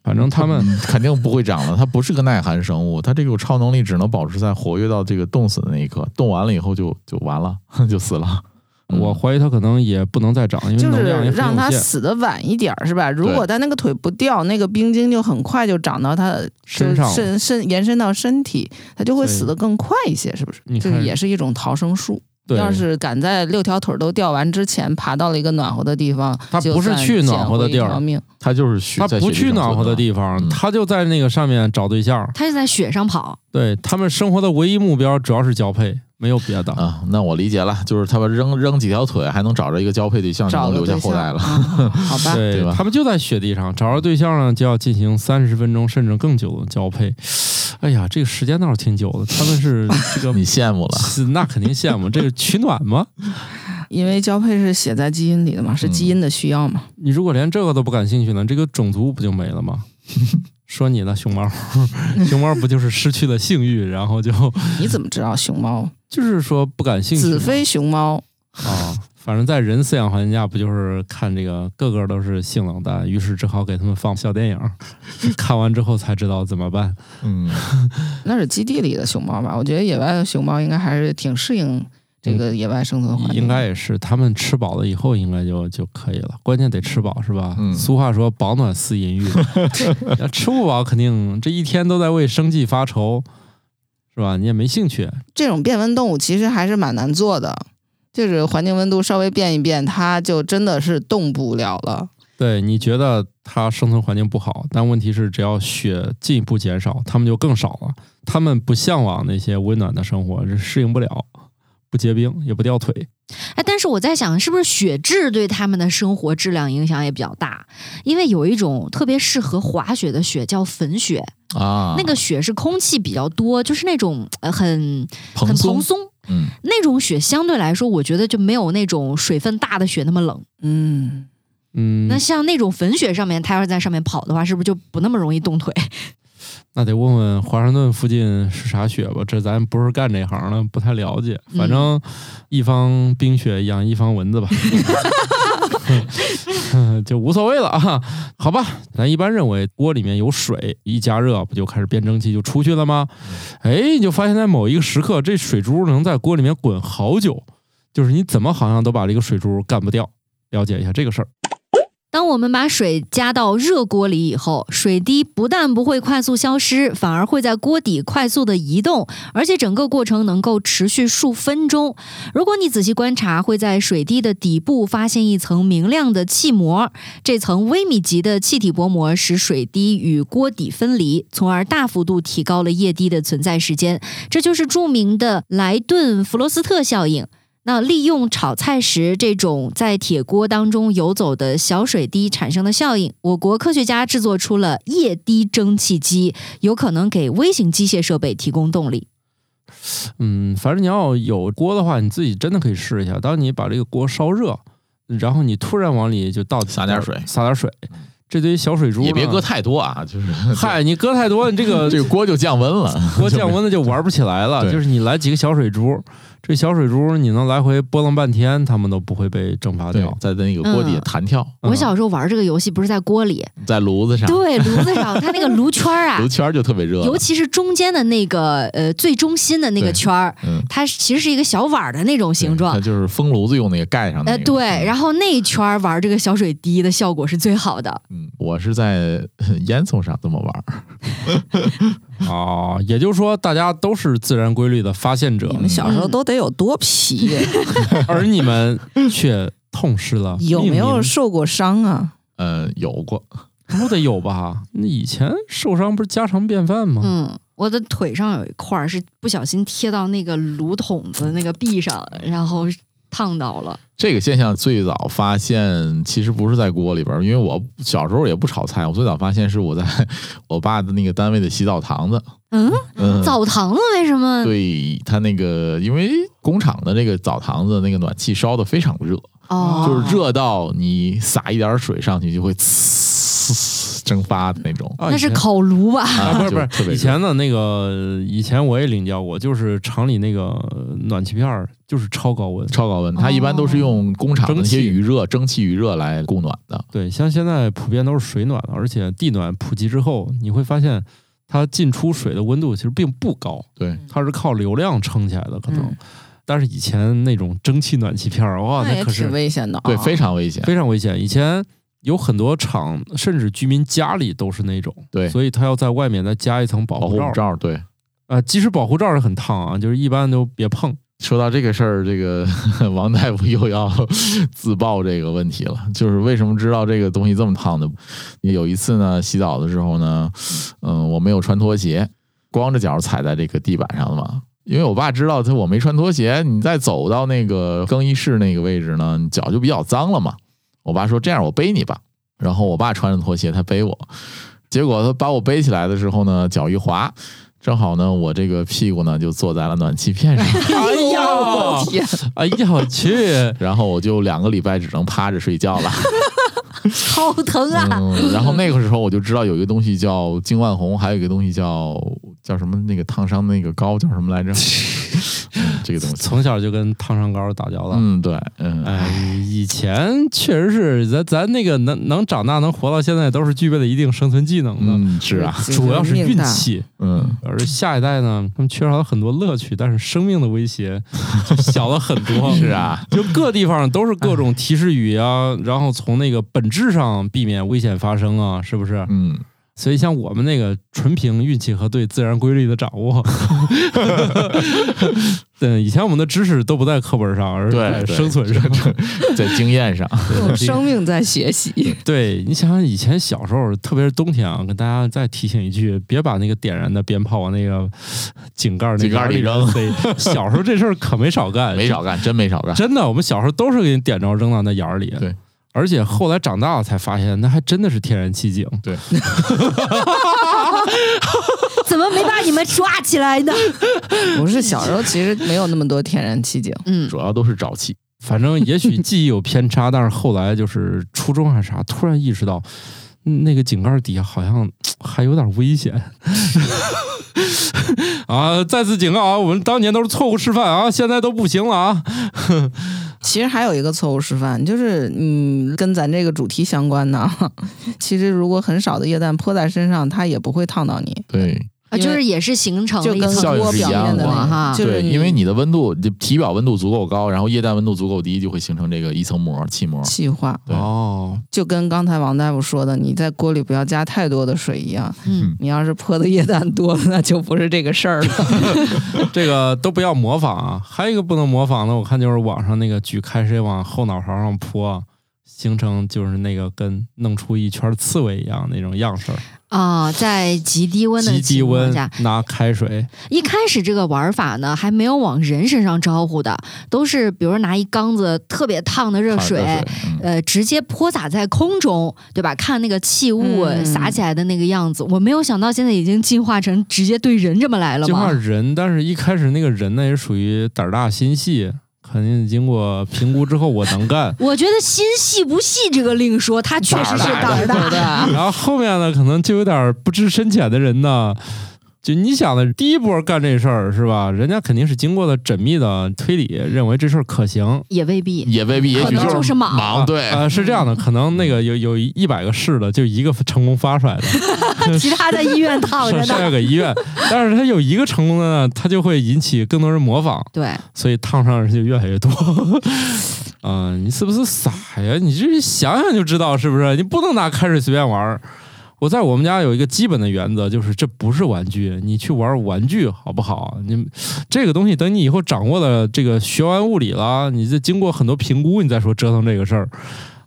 Speaker 3: 反正他们
Speaker 2: 嗯肯定不会长了，它不是个耐寒生物，它这个超能力只能保持在活跃到这个冻死的那一刻，冻完了以后就就完了， 就死了。嗯
Speaker 3: 我怀疑他可能也不能再长，因为
Speaker 4: 就是
Speaker 3: 能量也
Speaker 4: 让
Speaker 3: 很
Speaker 4: 它
Speaker 3: 有限。
Speaker 4: 死的晚一点儿，是吧？如果它那个腿不掉，那个冰晶就很快就长到它就
Speaker 3: 身上了
Speaker 4: 伸伸延伸到身体，它就会
Speaker 3: 对
Speaker 4: 死得更快一些，是不是？
Speaker 3: 你
Speaker 4: 这
Speaker 3: 看
Speaker 4: 也是一种逃生术。
Speaker 3: 对，
Speaker 4: 要是赶在六条腿儿都掉完之前爬到了一个暖和的地方，
Speaker 3: 它
Speaker 4: 就
Speaker 3: 不是
Speaker 4: 算
Speaker 3: 去暖
Speaker 4: 捡
Speaker 3: 和的
Speaker 4: 回一
Speaker 3: 地儿
Speaker 4: 条命
Speaker 2: 它就是雪
Speaker 3: 他
Speaker 2: 在
Speaker 3: 不
Speaker 2: 雪地
Speaker 3: 去
Speaker 2: 上
Speaker 3: 暖和
Speaker 2: 生
Speaker 3: 的
Speaker 2: 存
Speaker 3: 地方，
Speaker 2: 嗯
Speaker 3: 他就在那个上面找对象。
Speaker 1: 它就在雪上跑。
Speaker 3: 对他们生活的唯一目标主要是交配，没有别的。
Speaker 2: 啊，那我理解了，就是他们扔扔几条腿，还能找着一个交配对象，就
Speaker 4: 找
Speaker 2: 能
Speaker 4: 个
Speaker 2: 留下
Speaker 4: 对
Speaker 2: 后
Speaker 4: 象
Speaker 2: 代了。
Speaker 4: 啊好 吧，
Speaker 3: 对
Speaker 2: 对吧
Speaker 3: 他们就在雪地上找着对象呢，就要进行三十分钟甚至更久的交配。哎呀，这个时间倒是挺久的。他们是这个
Speaker 2: 你羡 慕了，
Speaker 3: 是那肯定羡慕，这是取暖吗？
Speaker 4: 因为交配是写在基因里的嘛，是
Speaker 3: 嗯
Speaker 4: 基因的需要嘛。
Speaker 3: 你如果连这个都不感兴趣呢，这个种族不就没了吗？说你呢，熊猫， 熊猫不就是失去了性欲，然后就
Speaker 4: 你怎么知道熊猫？
Speaker 3: 就是说不感兴趣吗
Speaker 4: 子非熊猫，
Speaker 3: 啊？反正，在人饲养环境下，不就是看这个个个都是性冷淡，于是只好给他们放小电影， 看完之后才知道怎么办。
Speaker 2: 嗯，
Speaker 4: 那是基地里的熊猫吧？我觉得野外的熊猫应该还是挺适应这个野外生存环
Speaker 3: 嗯
Speaker 4: 境。
Speaker 3: 应该也是，他们吃饱了以后应该就就可以了，关键得吃饱是吧？
Speaker 2: 嗯
Speaker 3: 俗话说饱暖思淫欲，要吃不饱肯定这一天都在为生计发愁，是吧？你也没兴趣，
Speaker 4: 这种变温动物其实还是蛮难做的，就是环境温度稍微变一变，它就真的是动不了了。
Speaker 3: 对，你觉得它生存环境不好，但问题是，只要雪进一步减少，它们就更少了。它们不向往那些温暖的生活，是适应不了，不结冰也不掉腿。
Speaker 1: 哎，但是我在想，是不是雪质对他们的生活质量影响也比较大？因为有一种特别适合滑雪的雪叫粉雪，
Speaker 2: 啊，
Speaker 1: 那个雪是空气比较多，就是那种呃很
Speaker 2: 蓬
Speaker 1: 很
Speaker 2: 松
Speaker 1: 蓬，松。
Speaker 2: 嗯，
Speaker 1: 那种雪相对来说，我觉得就没有那种水分大的雪那么冷。
Speaker 4: 嗯，
Speaker 3: 嗯，
Speaker 1: 那像那种粉雪上面，它要是在上面跑的话，是不是就不那么容易冻腿？
Speaker 3: 那得问问华盛顿附近是啥雪吧，这咱不是干这行的，不太了解。反正一方冰雪养一方蚊子吧， 就无所谓了啊。好吧，咱一般认为锅里面有水，一加热不就开始变蒸汽就出去了吗？哎，你就发现在某一个时刻，这水珠能在锅里面滚好久，就是你怎么好像都把这个水珠干不掉。了解一下这个事儿。
Speaker 1: 当我们把水加到热锅里以后，水滴不但不会快速消失，反而会在锅底快速的移动，而且整个过程能够持续数分钟。如果你仔细观察，会在水滴的底部发现一层明亮的气膜，这层微米级的气体薄膜使水滴与锅底分离，从而大幅度提高了液滴的存在时间。这就是著名的莱顿弗罗斯特效应。那利用炒菜时这种在铁锅当中游走的小水滴产生的效应，我国科学家制作出了液滴蒸汽机，有可能给微型机械设备提供动力。
Speaker 3: 嗯，反正你要有锅的话，你自己真的可以试一下。当你把这个锅烧热，然后你突然往里就倒
Speaker 2: 撒点水
Speaker 3: 撒点水，这堆小水珠呢
Speaker 2: 也别搁太多啊，就是
Speaker 3: 嗨，你搁太多，你这 个
Speaker 2: 这个锅就降温 了。
Speaker 3: 锅降温的就玩不起来了。
Speaker 2: 对
Speaker 3: 就是你来几个小水珠，这小水珠你能来回拨弄半天，他们都不会被蒸发
Speaker 2: 对
Speaker 3: 掉，。
Speaker 2: 在那个锅底下弹跳，
Speaker 1: 我小时候玩这个游戏不是在锅里，
Speaker 2: 在炉子 上，
Speaker 1: 对，炉子上它那个炉圈儿啊
Speaker 2: 啊炉，圈儿就特别热了。
Speaker 1: 尤其是中间的那个呃最中心的那个
Speaker 2: 对
Speaker 1: 圈儿，
Speaker 2: 嗯，
Speaker 1: 它其实是一个小碗儿的那种形
Speaker 2: 它
Speaker 1: 状。
Speaker 2: 就是封炉子用那个盖上的那
Speaker 1: 呃，
Speaker 2: 个。嗯
Speaker 1: 对，然
Speaker 2: 后
Speaker 1: 后那一圈儿玩这个小水滴的效果是最好的。
Speaker 2: 嗯，我是在烟囱上这么玩儿。
Speaker 3: 哦，也就是说，大家都是自然规律的发现者
Speaker 4: 你，
Speaker 2: 嗯
Speaker 4: 们小时候都得有多皮，
Speaker 3: 而你们却痛失了
Speaker 4: 有没 有
Speaker 3: 命名
Speaker 4: 受过伤啊？
Speaker 2: 呃，有过，
Speaker 3: 都得有吧？那以前受伤不是家常便饭吗？
Speaker 1: 嗯，我的腿上有一块儿是不小心贴到那个炉筒子那个壁上，然后烫到了。
Speaker 2: 这个现象最早发现其实不是在锅里边儿，因为我小时候也不炒菜，我最早发现是我在 我爸的那个单位的洗澡堂子，
Speaker 1: 嗯，
Speaker 2: 嗯，
Speaker 1: 澡堂子为什么？
Speaker 2: 对他那个，因为工厂的那个澡堂子那个暖气烧的非常热，
Speaker 1: 哦，
Speaker 2: 就是热到你撒一点水上去就会呲蒸发的那种。
Speaker 3: 啊
Speaker 1: 那是烤炉吧？
Speaker 3: 啊，
Speaker 2: 啊，
Speaker 3: 不是不
Speaker 2: 就特
Speaker 3: 是，
Speaker 2: 别
Speaker 3: 以
Speaker 2: 热
Speaker 3: 前的那个，以前我也领教过，就是厂里那个暖气片儿就是超高温，
Speaker 2: 超高温，它一般都是用工厂的那
Speaker 3: 哦蒸
Speaker 2: 些
Speaker 3: 汽
Speaker 2: 余热、蒸汽余热来供暖的。
Speaker 3: 对，像现在普遍都是水暖了，而且地暖普及之后，你会发现它进出水的温度其实并不高，
Speaker 2: 对，
Speaker 3: 它是靠流量撑起来的，可能。
Speaker 1: 嗯
Speaker 3: 但是以前那种蒸汽暖气片儿，哇，
Speaker 4: 也
Speaker 3: 可是
Speaker 4: 挺危险的啊。
Speaker 2: 对，非常危险。
Speaker 3: 哦非常危险。以前有很多厂，甚至居民家里都是那种，
Speaker 2: 对
Speaker 3: 所以它要在外面再加一层保
Speaker 2: 保护
Speaker 3: 护罩
Speaker 2: 罩
Speaker 3: 儿。
Speaker 2: 儿，对。
Speaker 3: 啊、即使保护罩儿是很烫啊，就是一般都别碰。
Speaker 2: 说到这个事儿，这个 王大夫又要 自曝这个问题了，就是为什么知道这个东西这么烫的？有一次呢，洗澡的时候呢，嗯、我没有穿拖鞋，光着脚踩在这个地板上了嘛。因为我爸知道他我没穿拖鞋，你再走到那个更衣室那个位置呢，你脚就比较脏了嘛。我爸说这样我背你吧，然后我爸穿着拖鞋他背我，结果他把我背起来的时候呢，脚一滑，正好呢我这个屁股呢就坐在了暖气片上。
Speaker 3: 哎呀，
Speaker 4: 我天，
Speaker 3: 哎呀，我去！
Speaker 2: 然后我就两个礼拜只能趴着睡觉 了。
Speaker 1: 好疼啊！
Speaker 2: 嗯，然后那个时候我就知道有一个东西叫金万红，还有一个东西叫叫什么那个烫伤的那个膏叫什么 来着？嗯这个东西。
Speaker 3: 从小就跟烫伤膏打交道。
Speaker 2: 嗯，对，嗯，
Speaker 3: 哎，以前确实是咱咱那个能能长大能活到现在，都是具备了一定生存技能的，
Speaker 2: 嗯，是啊，
Speaker 4: 这
Speaker 3: 主要是
Speaker 4: 命
Speaker 3: 运
Speaker 4: 大。
Speaker 3: 气。
Speaker 2: 嗯，
Speaker 3: 而下一代呢，他们缺少了很多乐趣，但是生命的威胁就小了很多。
Speaker 2: 是，啊，哎
Speaker 3: 就各地方都是各种提示语啊，然后从那个本质上避免危险发生啊，是不是？
Speaker 2: 嗯，
Speaker 3: 所以像我们那个纯凭运气和对自然规律的掌 握，对，以前我们的知识都不在课本上，而是
Speaker 2: 对
Speaker 3: 在
Speaker 2: 对
Speaker 3: 生存上。
Speaker 2: 嗯在经验上，
Speaker 4: 用 生命在学习，
Speaker 3: 对你想想，以前小时候，特别是冬天啊，跟大家再提醒一句，别把那个点燃的鞭炮往那个井盖儿那
Speaker 2: 井盖儿
Speaker 3: 里
Speaker 2: 里
Speaker 3: 扔。 对，小时候这事儿可没少干，
Speaker 2: 没少干，哎真没少干。
Speaker 3: 真的，我们小时候都是给你点着扔到那眼儿里。
Speaker 2: 对。
Speaker 3: 而且后来长大了才发现，那还真的是天然气井。
Speaker 1: 怎么没把你们抓起来 呢？
Speaker 4: 不是小时候其实没有那么多天然气 井，
Speaker 1: 嗯，
Speaker 2: 主要都是沼气，
Speaker 3: 反正也许记忆有偏差，但是后来就是初中还是啥，突然意识到嗯那个井盖儿底下好像还有点危险。 啊！再次警告啊，我们当年都是错误示范啊，现在都不行了啊。
Speaker 4: 其实还有一个错误示范，就是嗯，跟咱这个主题相关的啊。 其实如果很少的液氮泼在身上，它也不会烫到你。
Speaker 2: 对
Speaker 1: 啊，
Speaker 4: 因为
Speaker 1: 就是也是形成
Speaker 4: 就
Speaker 1: 了一
Speaker 4: 跟
Speaker 1: 层
Speaker 2: 效应
Speaker 4: 锅
Speaker 2: 是一
Speaker 4: 表
Speaker 2: 样
Speaker 4: 面的
Speaker 2: 的
Speaker 4: 那个
Speaker 1: 哈嗯
Speaker 4: 就是
Speaker 2: 对，因为你的温度，你体表温度足够高，然后液氮温度足够低，就会形成这个一层膜气膜。
Speaker 4: 气化，
Speaker 2: 对
Speaker 3: 哦，
Speaker 4: 就跟刚才王大夫说的，你在锅里不要加太多的水一样。
Speaker 1: 嗯，
Speaker 4: 你要是泼的液氮多了，那就不是这个事儿 了。
Speaker 3: 这个都不要模仿啊。还有一个不能模仿的，我看就是网上那个举开水往后脑勺上泼，形成就是那个跟弄出一圈刺猬一样那种样式儿。
Speaker 1: 啊、在极低温的
Speaker 3: 极低
Speaker 1: 情况
Speaker 3: 温
Speaker 1: 下，
Speaker 3: 拿开水，
Speaker 1: 一开始这个玩法呢，还没有往人身上招呼的，都是比如拿一缸子特别烫的热
Speaker 2: 烫热
Speaker 1: 水，
Speaker 2: 水，嗯
Speaker 1: 呃，直接泼洒在空中，对吧？看那个气雾
Speaker 4: 嗯
Speaker 1: 洒起来的那个样子，我没有想到现在已经进化成直接对人这么来了
Speaker 3: 净化
Speaker 1: 吗？。
Speaker 3: 人，但是一开始那个人呢也属于胆儿大心细，肯定经过评估之后我能干
Speaker 1: 我觉得心细不细这个另说，他确实是胆儿大。
Speaker 4: 的。
Speaker 3: 然后后面呢，可能就有点不知深浅的人呢，就你想的第一波干这事儿是吧？人家肯定是经过了缜密的推理，认为这事儿可行。
Speaker 1: 也未必，
Speaker 2: 也未必，也
Speaker 1: 可
Speaker 2: 许
Speaker 1: 能就是是莽
Speaker 2: 忙，啊对，
Speaker 3: 呃，是这样的，可能那个有有一百个试的，就一个成功发出来的，
Speaker 1: 其他在医院躺着
Speaker 3: 剩剩
Speaker 1: 呢。
Speaker 3: 下给医院。但是他有一个成功的呢，他就会引起更多人模仿，
Speaker 1: 对，
Speaker 3: 所以烫伤人就越来越多。 啊、你是不是傻呀？你这想想就知道是不是？你不能拿开水随便玩儿。我在我们家有一个基本的原则，就是这不是玩具，你去玩玩具好不好？你这个东西等你以后掌握了这个学完物理了，你这经过很多评估，你再说折腾这个事儿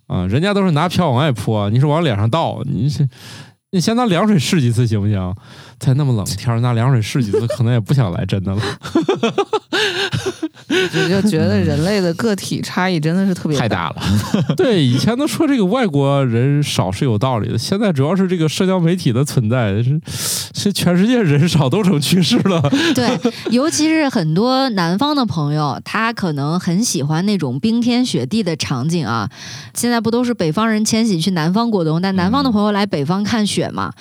Speaker 3: 啊、人家都是拿瓢往外泼，你是往脸上倒，你是你先拿凉水试几次行不行？在那么冷天儿拿凉水试几次，可能也不想来真的了。
Speaker 4: 就就觉得人类的个体差异真的是特别
Speaker 2: 太
Speaker 4: 大。
Speaker 2: 大了。
Speaker 3: 对，以前都说这个外国人少是有道理的，现在主要是这个社交媒体的存在，是是全世界人少都成趋势了。
Speaker 1: 对，尤其是很多南方的朋友，他可能很喜欢那种冰天雪地的场景啊。现在不都是北方人迁徙去南方过冬，但南
Speaker 2: 嗯
Speaker 1: 方的朋友来北方看雪嘛，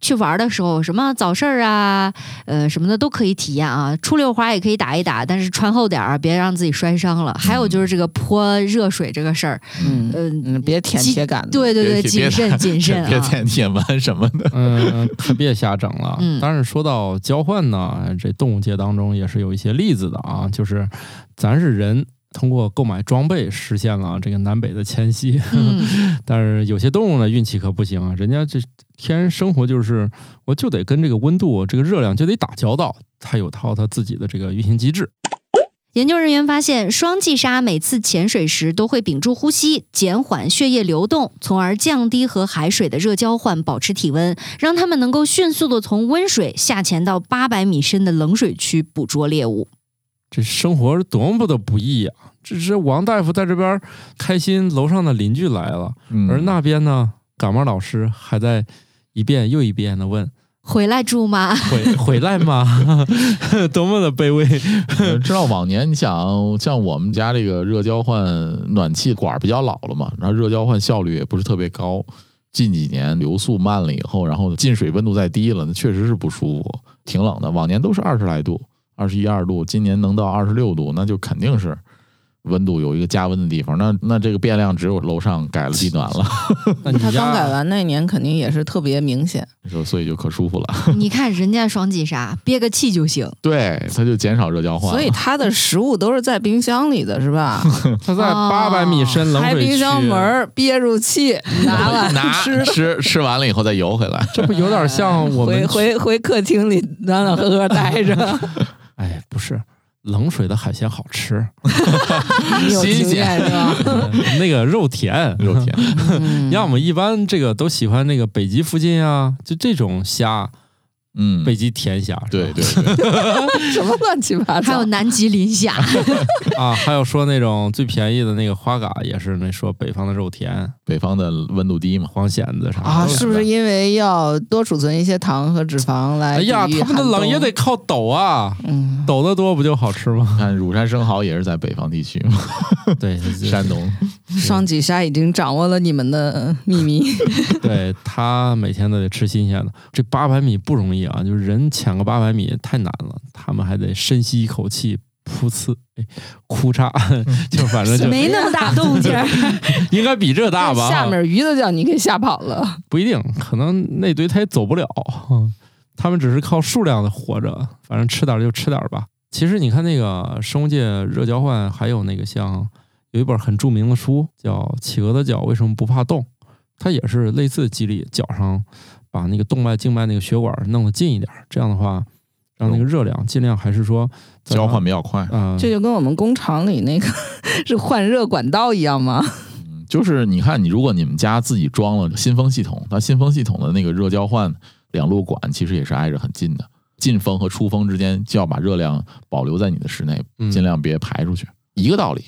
Speaker 1: 去玩的时候什么早市儿啊，呃什么的都可以体验啊。出溜滑也可以打一打，但是穿厚点儿，别让自己摔伤了。还有就是这个泼热水这个事儿，
Speaker 4: 嗯
Speaker 1: 嗯、
Speaker 4: 嗯，别舔铁杆子。
Speaker 1: 对对对，
Speaker 2: 别
Speaker 1: 谨
Speaker 2: 别
Speaker 1: 慎谨慎
Speaker 2: 别
Speaker 1: 啊。
Speaker 2: 舔铁门什么的，
Speaker 3: 嗯，可别瞎整了。
Speaker 1: 嗯
Speaker 3: 但是说到交换呢，这动物界当中也是有一些例子的啊，就是咱是人。通过购买装备实现了这个南北的迁徙，
Speaker 1: 嗯，
Speaker 3: 但是有些动物呢运气可不行啊，人家这天然生活就是我就得跟这个温度、这个热量就得打交道，它有套它自己的这个运行机制。
Speaker 1: 研究人员发现，双髻鲨每次潜水时都会屏住呼吸，减缓血液流动，从而降低和海水的热交换，保持体温，让它们能够迅速的从温水下潜到八百米深的冷水区捕捉猎物。
Speaker 3: 这生活是多么的不易啊！这是王大夫在这边儿开心，楼上的邻居来了，
Speaker 2: 嗯
Speaker 3: 而那边呢，感冒老师还在一遍又一遍的问
Speaker 1: 回来住吗？
Speaker 3: 回回来吗？ 多么的卑微！
Speaker 2: 呃知道往年你想像我们家这个热交换暖气管儿比较老了嘛，然后热交换效率也不是特别高。近几年流速慢了以后，然后进水温度再低了，那确实是不舒服，挺冷的。往年都是二十来度，二十一二度，今年能到二十六度，那就肯定是温度有一个加温的地方。那那这个变量只有楼上改了地暖了，
Speaker 3: 那你
Speaker 4: 他刚改
Speaker 3: 家
Speaker 4: 完那年肯定也是特别明显，
Speaker 2: 就所以就可舒服了。
Speaker 1: 你看人家双髻鲨，憋个气就行。
Speaker 2: 对，它就减少热交换了。
Speaker 4: 所以他的食物都是在冰箱里的，是吧？
Speaker 3: 他在
Speaker 1: 哦
Speaker 3: 八百米深 冷
Speaker 4: 开
Speaker 3: 水
Speaker 4: 冰
Speaker 3: 区，
Speaker 4: 箱门儿憋住气，拿 完
Speaker 2: 拿
Speaker 4: 吃，
Speaker 2: 吃吃完了以后再游回来。
Speaker 3: 这不有点像我
Speaker 4: 回
Speaker 3: 们去？
Speaker 4: 回回客厅里暖暖和和 待着。
Speaker 3: 哎，不是，冷水的海鲜好 吃，
Speaker 4: 你有经验是吧？
Speaker 3: 嗯那个肉甜，
Speaker 2: 肉 甜，
Speaker 4: 嗯
Speaker 3: 要么一般这个都喜欢那个北极附近啊，就这种虾，
Speaker 2: 嗯，
Speaker 3: 北极甜虾是吧，
Speaker 2: 对对对，
Speaker 4: 什么乱七八
Speaker 1: 还有
Speaker 4: 糟？
Speaker 1: 南极磷虾，
Speaker 3: 啊，还有说那种最便宜的那个花蛤，也是那说北方的肉甜、
Speaker 2: 北方的温度低嘛，
Speaker 3: 黄蚬子啥的
Speaker 4: 啊，是不是？因为要多储存一些糖和脂肪来？
Speaker 3: 哎呀，他们的冷也得。靠抖啊，
Speaker 4: 嗯，
Speaker 3: 抖得多不就好吃吗？
Speaker 2: 你看乳山生蚝也是在北方地区嘛，
Speaker 3: 对，
Speaker 2: 山东。
Speaker 4: 双髻鲨已经掌握了你们的秘密。
Speaker 3: 对他每天都得吃新鲜的。这八百米不容易啊，就是人潜个八百米太难了，他们还得深吸一口气。噗呲，哎，哭嚓，
Speaker 4: 嗯
Speaker 3: 就反 正就
Speaker 1: 没那么大动静儿。
Speaker 3: 应该比这大吧？
Speaker 4: 下面鱼都叫你给吓跑了。
Speaker 3: 不一定，可能那堆他也走不了，嗯他们只是靠数量的活着，反正吃点儿就吃点儿吧。其实你看那个生物界热交换，还有那个像有一本很著名的书叫《企鹅的脚为什么不怕冻》，它也是类似激励脚上把那个动脉、静脉那个血管弄得近一点儿，这样的话让那个热量尽量还是说在
Speaker 2: 交换比较快，
Speaker 3: 啊、
Speaker 4: 这就跟我们工厂里那个 是换热管道一样吗？
Speaker 2: 嗯就是你看，你如果你们家自己装了新风系统，它新风系统的那个热交换两路管其实也是挨着很近的，进风和出风之间就要把热量保留在你的室内，
Speaker 3: 嗯
Speaker 2: 尽量别排出去，一个道理。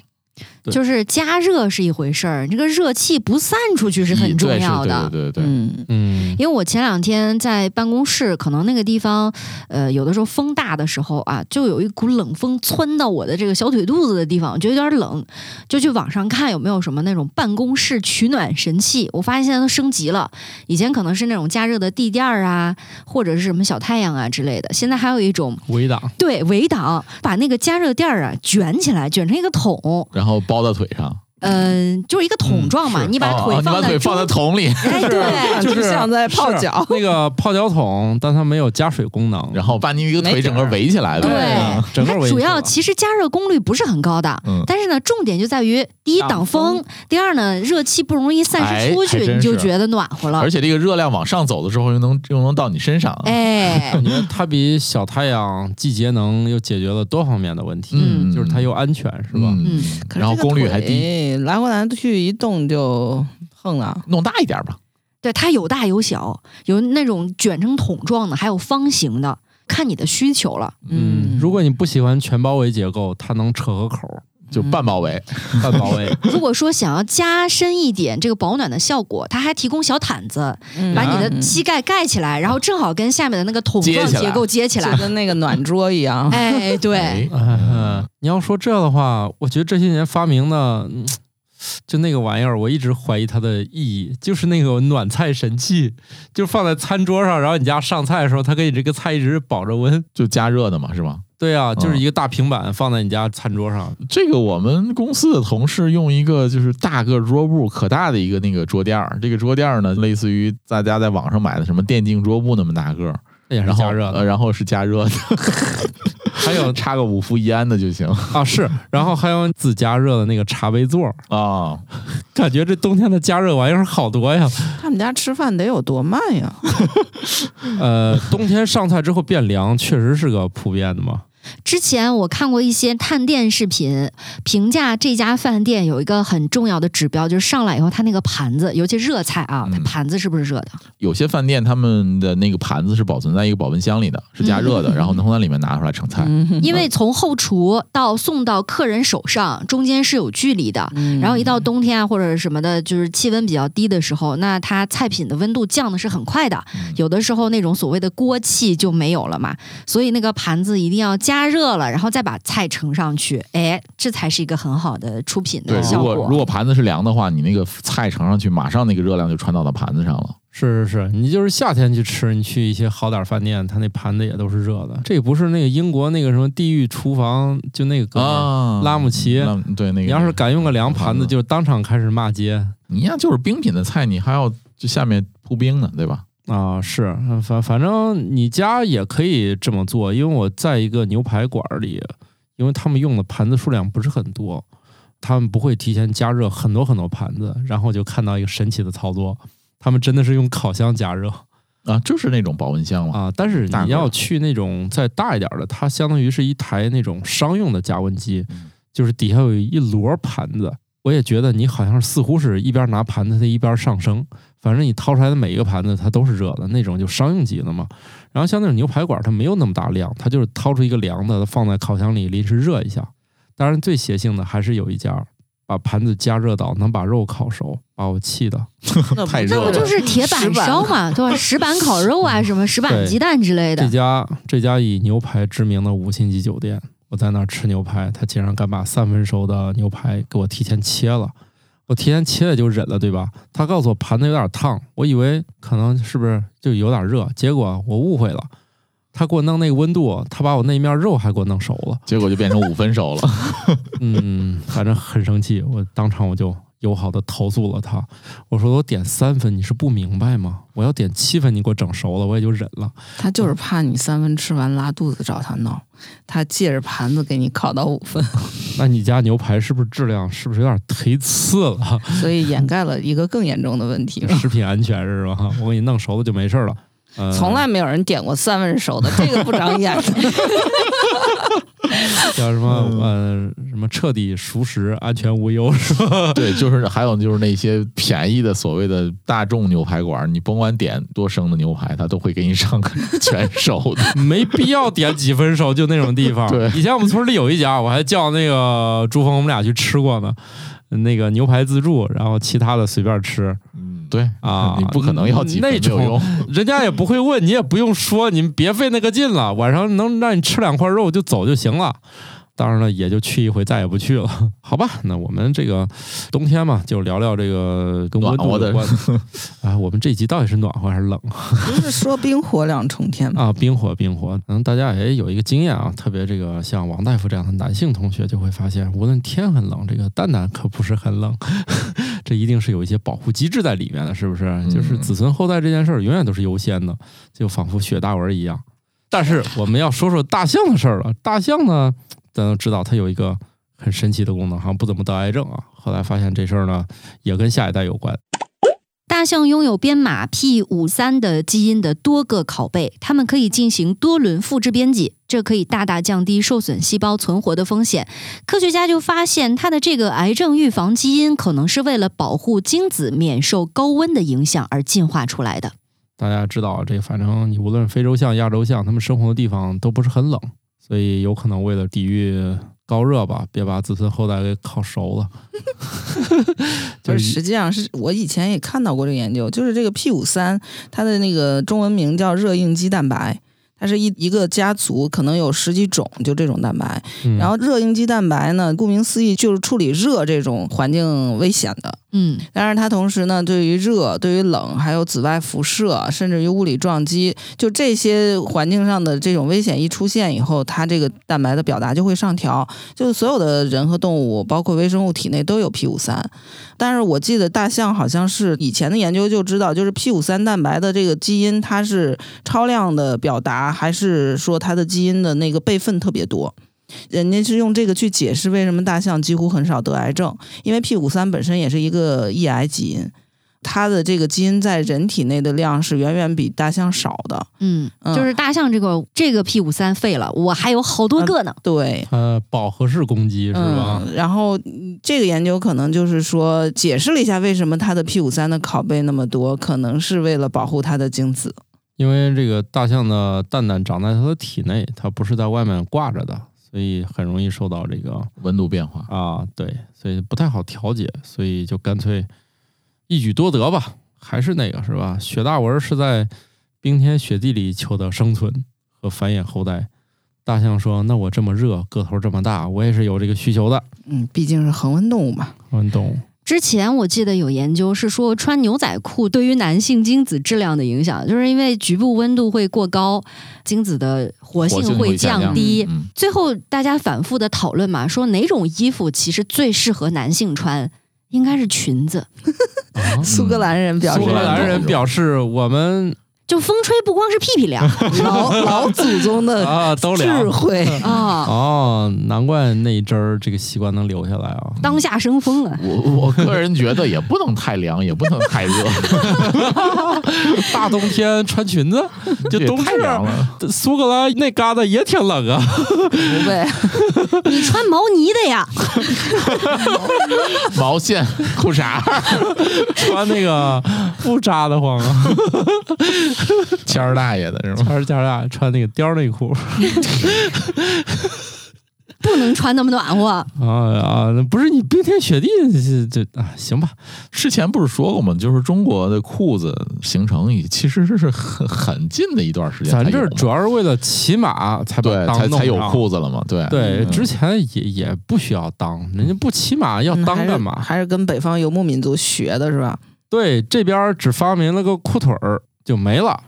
Speaker 3: 对
Speaker 1: 就是加热是一回事儿，这个热气不散出去是很重
Speaker 2: 嗯对
Speaker 1: 要的。
Speaker 2: 对对对对，
Speaker 4: 嗯，
Speaker 3: 嗯
Speaker 1: 因为我前两天在办公室，可能那个地方，呃，有的时候风大的时候啊，就有一股冷风窜到我的这个小腿肚子的地方，觉得有点冷，就去网上看有没有什么那种办公室取暖神器。我发现现在都升级了，以前可能是那种加热的地垫儿啊，或者是什么小太阳啊之类的，现在还有一种
Speaker 3: 围挡，
Speaker 1: 对围挡，把那个加热垫儿啊卷起来，卷成一个桶，
Speaker 2: 然后包到腿上，
Speaker 1: 嗯、就是一个桶状嘛，
Speaker 3: 嗯是
Speaker 1: 你把
Speaker 2: 哦
Speaker 1: 腿
Speaker 2: 哦你把
Speaker 1: 放在
Speaker 2: 腿放在
Speaker 1: 中，
Speaker 2: 桶里，啊
Speaker 1: 哎， 对，
Speaker 3: 就是
Speaker 4: 像在泡脚
Speaker 3: 是啊那个泡脚桶，但它没有加水功能。
Speaker 2: 然后把你一个
Speaker 4: 没
Speaker 2: 腿
Speaker 4: 底儿
Speaker 2: 整个围起来呗。
Speaker 1: 对
Speaker 3: 啊整个
Speaker 1: 它
Speaker 3: 围
Speaker 1: 主
Speaker 3: 起来
Speaker 1: 要
Speaker 3: 了
Speaker 1: 其实加热功率不是很高的，
Speaker 2: 嗯
Speaker 1: 但是呢，重点就在于第一
Speaker 3: 挡
Speaker 1: 挡风，第二呢，热气不容易散
Speaker 2: 哎
Speaker 1: 失出
Speaker 2: 还
Speaker 1: 去，
Speaker 2: 真
Speaker 1: 你就是觉得暖和了
Speaker 2: 而。且这个热量往上走的时候，又能又能到你身上。
Speaker 1: 啊
Speaker 2: 啊
Speaker 1: 哎
Speaker 3: 感，觉它比小太阳既节能又解决了多方面的问题，
Speaker 1: 嗯
Speaker 3: 就是它又安全，是吧？
Speaker 1: 嗯
Speaker 4: 可是
Speaker 2: 然后
Speaker 4: 这个
Speaker 2: 功率还低，
Speaker 4: 腿，来回来去一动就横了。
Speaker 2: 弄大一点吧。
Speaker 1: 对，它有大有小，有那种卷成桶状的，还有方形的，看你的需求 了。
Speaker 3: 嗯，如果你不喜欢全包围结构，它能扯个口儿，
Speaker 2: 就半包围，
Speaker 3: 半包围，
Speaker 1: 如果说想要加深一点这个保暖的效果，它还提供小毯子，
Speaker 4: 嗯
Speaker 1: 把你的
Speaker 4: 嗯
Speaker 1: 膝盖盖起来，然后正好跟下面的那个桶
Speaker 2: 接
Speaker 1: 状
Speaker 2: 起来
Speaker 1: 结构接起
Speaker 4: 就
Speaker 1: 来。
Speaker 4: 跟那个暖桌一样，
Speaker 1: 哎，对，
Speaker 2: 哎
Speaker 3: 嗯，你要说这的话，我觉得这些年发明的，嗯就那个玩意儿，我一直怀疑它的意义，就是那个暖菜神器，就放在餐桌上，然后你家上菜的时候，它给你这个菜一直保着温。
Speaker 2: 就加热的嘛，是吧？
Speaker 3: 对啊，就是
Speaker 2: 嗯
Speaker 3: 一个大平板放在你家餐桌上，
Speaker 2: 这个我们公司的同事用一个就是大个桌布可大的一个那个桌垫儿，这个桌垫儿呢，类似于大家在网上买的什么电竞桌布那么大个儿，
Speaker 3: 那也是
Speaker 2: 然后
Speaker 3: 加热的。
Speaker 2: 呃然后是加热的， 还有插个五伏一安的就行
Speaker 3: 啊，是，然后还有自加热的那个茶杯座儿，
Speaker 2: 啊。
Speaker 3: 感觉这冬天的加热玩意儿好多呀。
Speaker 4: 他们家吃饭得有多慢呀？
Speaker 3: 呃，冬天上菜之后变凉，确实是个普遍的嘛。
Speaker 1: 之前我看过一些探店视频，评价这家饭店有一个很重要的指标，就是上来以后它那个盘子，尤其热菜啊，它
Speaker 2: 嗯
Speaker 1: 盘子是不是热的？
Speaker 2: 有些饭店他们的那个盘子是保存在一个保温箱里的，是加热
Speaker 1: 嗯
Speaker 2: 的，然后能从那里面拿出来盛菜。
Speaker 4: 嗯
Speaker 1: 因为从后厨到送到客人手上，中间是有距离的。
Speaker 2: 嗯
Speaker 1: 然后一到冬天啊或者什么的，就是气温比较低的时候，那它菜品的温度降的是很快的。
Speaker 2: 嗯
Speaker 1: 有的时候那种所谓的锅气就没有了嘛，所以那个盘子一定要加热了，然后再把菜盛上去，哎，这才是一个很好的出品
Speaker 2: 对
Speaker 1: 的，效
Speaker 2: 如果
Speaker 1: 果。
Speaker 2: 如果盘子是凉的话，你那个菜盛上去，马上那个热量就传导到盘子上了。
Speaker 3: 是是是，你就是夏天去吃，你去一些好点儿饭店，它那盘子也都是热的。这不是那个英国那个什么地狱厨房，就那个哥们儿
Speaker 2: 啊，
Speaker 3: 拉姆齐
Speaker 2: 拉姆对那个，
Speaker 3: 你要是敢用个凉盘子，就当场开始骂街
Speaker 2: 你呀，就是冰品的菜，你还要就下面铺冰呢，对吧？
Speaker 3: 啊！是，嗯反反正你家也可以这么做，因为我在一个牛排馆儿里，因为他们用的盘子数量不是很多，他们不会提前加热很多很多盘子，然后就看到一个神奇的操作，他们真的是用烤箱加热。
Speaker 2: 啊，就是那种保温箱嘛。
Speaker 3: 啊，但是
Speaker 2: 大
Speaker 3: 你
Speaker 2: 个
Speaker 3: 要
Speaker 2: 儿
Speaker 3: 去那种再大一点儿的，它相当于是一台那种商用的加温机，就是底下有一摞盘子。我也觉得你好像似乎是一边拿盘子，它一边上升。反正你掏出来的每一个盘子，它都是热的，那种就商用级的嘛。然后像那种牛排馆，它没有那么大量，它就是掏出一个凉的，放在烤箱里临时热一下。当然，最邪性的还是有一家把盘子加热到能把肉烤熟，把我气的。
Speaker 4: 那
Speaker 2: 太热
Speaker 1: 那
Speaker 2: 了
Speaker 1: 不就是铁板烧嘛，对吧？石板烤肉啊，什么石板
Speaker 3: 对
Speaker 1: 鸡蛋之类
Speaker 3: 这
Speaker 1: 的。
Speaker 3: 家这家以牛排知名的五星级酒店，我在那儿吃牛排，他竟然敢把三分熟的牛排给我提前切了。我提前切了就忍了，对吧？他告诉我盘子有点烫，我以为可能是不是就有点热，结果我误会了。他给我弄那个温度，他把我那面肉还给我弄熟了。
Speaker 2: 结果就变成五分 熟了。
Speaker 3: 嗯，反正很生气，我当场我就友好的投诉了他。我说我点三分，你是不明白吗？我要点七分，你给我整熟了，我也就忍了。
Speaker 4: 他就是怕你三分吃完拉肚子找他闹，他借着盘子给你烤到五分，
Speaker 3: 那你家牛排是不是质量是不是有点忒次 了？
Speaker 4: 所以掩盖了一个更严重的问题。
Speaker 1: 嗯
Speaker 3: 食品安全是吧？我给你弄熟了就没事了。呃
Speaker 4: 从来没有人点过三文熟的，这个不长眼的。
Speaker 3: 叫什么呃什么彻底熟食、安全无忧是吧？
Speaker 2: 对，就是还有就是那些便宜的所谓的大众牛排馆，你甭管点多生的牛排，他都会给你上个全熟 的。
Speaker 3: 没必要点几分熟，就那种地方。
Speaker 2: 对
Speaker 3: 以前我们村里有一家，我还叫那个朱峰，我们俩去吃过呢。那个牛排自助，然后其他的随便吃，
Speaker 2: 嗯，对
Speaker 3: 啊
Speaker 2: 你不可能要几分
Speaker 3: 那
Speaker 2: 没有用。
Speaker 3: 人家也不会问，你也不用说，你们别费那个劲了。晚上能让你吃两块肉就走就行了。当然了，也就去一回，再也不去了， 好吧？那我们这个冬天嘛，就聊聊这个跟温
Speaker 2: 暖
Speaker 3: 度
Speaker 2: 和
Speaker 3: 有
Speaker 2: 的
Speaker 3: 关的。啊，我们这集到底是暖和还是冷？
Speaker 4: 不是说冰火两重天吗？
Speaker 3: 啊，冰火冰火，可能大家也有一个经验啊，特别这个像王大夫这样的男性同学就会发现，无论天很冷，这个蛋蛋可不是很冷， 这一定是有一些保护机制在里面的，是不是？就是子孙后代这件事儿永远都是优先的，就仿佛雪大文一样。但是我们要说说大象的事儿了，大象呢，咱都知道它有一个很神奇的功能，好像不怎么得癌症啊。后来发现这事儿呢，也跟下一代有关。
Speaker 1: 大象拥有编码 P 五三的基因的多个拷贝，它们可以进行多轮复制编辑，这可以大大降低受损细胞存活的风险。科学家就发现，它的这个癌症预防基因可能是为了保护精子免受高温的影响而进化出来的。
Speaker 3: 大家知道，这反正你无论非洲象、亚洲象，它们生活的地方都不是很冷，所以有可能为了抵御高热吧，别把子孙后代给烤熟了。就
Speaker 4: 就
Speaker 3: 是是
Speaker 4: 实际上是我以前也看到过这个研究，就是这个 P 五三，它的那个中文名叫热应激蛋白，它是一一个家族可能有十几种就这种蛋白。
Speaker 3: 嗯
Speaker 4: 然后热应激蛋白呢，顾名思义就是处理热这种环境危险的，
Speaker 1: 嗯，
Speaker 4: 但是它同时呢，对于热、对于冷，还有紫外辐射，甚至于物理撞击，就这些环境上的这种危险一出现以后，它这个蛋白的表达就会上调。就是所有的人和动物，包括微生物体内都有 P 五三，但是我记得大象好像是以前的研究就知道，就是 P 五三蛋白的这个基因，它是超量的表达，还是说它的基因的那个备份特别多？人家是用这个去解释为什么大象几乎很少得癌症，因为 P 五三本身也是一个抑癌基因，它的这个基因在人体内的量是远远比大象少的。
Speaker 1: 嗯，
Speaker 4: 嗯
Speaker 1: 就是大象这个这个 P 五三废了，我还有好多个呢。
Speaker 4: 对，
Speaker 3: 呃，饱和式攻击是吧？
Speaker 4: 嗯、然后嗯这个研究可能就是说解释了一下为什么它的 P 五三的拷贝那么多，可能是为了保护它的精子。
Speaker 3: 因为这个大象的蛋蛋长在它的体内，它不是在外面挂着的，所以很容易受到这个
Speaker 2: 温度变化，
Speaker 3: 啊，对，所以不太好调节，所以就干脆一举多得吧。还是那个是吧？雪大文是在冰天雪地里求得生存和繁衍后代。大象说：“那我这么热，个头这么大，我也是有这个需求的。
Speaker 4: 嗯，毕竟是恒温动物嘛。”
Speaker 3: 温动
Speaker 1: 之前我记得有研究是说，穿牛仔裤对于男性精子质量的影响，就是因为局部温度会过高，精子的活
Speaker 2: 活
Speaker 1: 性
Speaker 2: 性
Speaker 1: 会
Speaker 2: 会下
Speaker 1: 降
Speaker 2: 降
Speaker 1: 低。
Speaker 2: 嗯，
Speaker 1: 最后大家反复的讨论嘛，说哪种衣服其实最适合男性穿，应该是裙子。
Speaker 3: 啊，
Speaker 4: 苏格兰人表示
Speaker 3: 苏格兰人表示我们
Speaker 1: 就风吹不光是屁屁 凉
Speaker 4: 老老祖宗的
Speaker 3: 啊都
Speaker 4: 智
Speaker 3: 凉
Speaker 4: 慧。
Speaker 1: 啊，
Speaker 3: 哦，难怪那一阵儿这个习惯能留下来啊。
Speaker 1: 当下生风啊。
Speaker 2: 我我个人觉得也不能太凉，也不能太热，
Speaker 3: 大冬天穿裙子， 就
Speaker 2: 这也
Speaker 3: 冬
Speaker 2: 太凉
Speaker 3: 至，
Speaker 2: 了。
Speaker 3: 苏格兰那旮瘩也挺冷啊。
Speaker 4: 不呗，
Speaker 1: 你穿毛呢的呀？
Speaker 2: 毛线裤衩儿，
Speaker 3: 穿那个不扎得慌啊，
Speaker 2: 谦儿大爷的是吗？
Speaker 3: 还 是加拿大穿那个貂内 裤
Speaker 1: 不能穿那么暖和。
Speaker 3: 啊啊！那不是你冰天雪地这这啊，行吧？
Speaker 2: 之前不是说过吗？就是中国的裤子形成已其实是很很近的一段时间才有
Speaker 3: 咱
Speaker 2: 嘛，
Speaker 3: 这儿主要是为了骑马才把
Speaker 2: 对
Speaker 3: 裆
Speaker 2: 才
Speaker 3: 弄
Speaker 2: 才有
Speaker 3: 上。
Speaker 2: 裤子了嘛，对
Speaker 3: 对，
Speaker 2: 嗯
Speaker 3: 之前也也不需要裆，人家不骑马要
Speaker 4: 嗯
Speaker 3: 裆
Speaker 4: 还是
Speaker 3: 干嘛？
Speaker 4: 还是跟北方游牧民族学的是吧？
Speaker 3: 对，这边儿只发明了个裤腿儿就没了。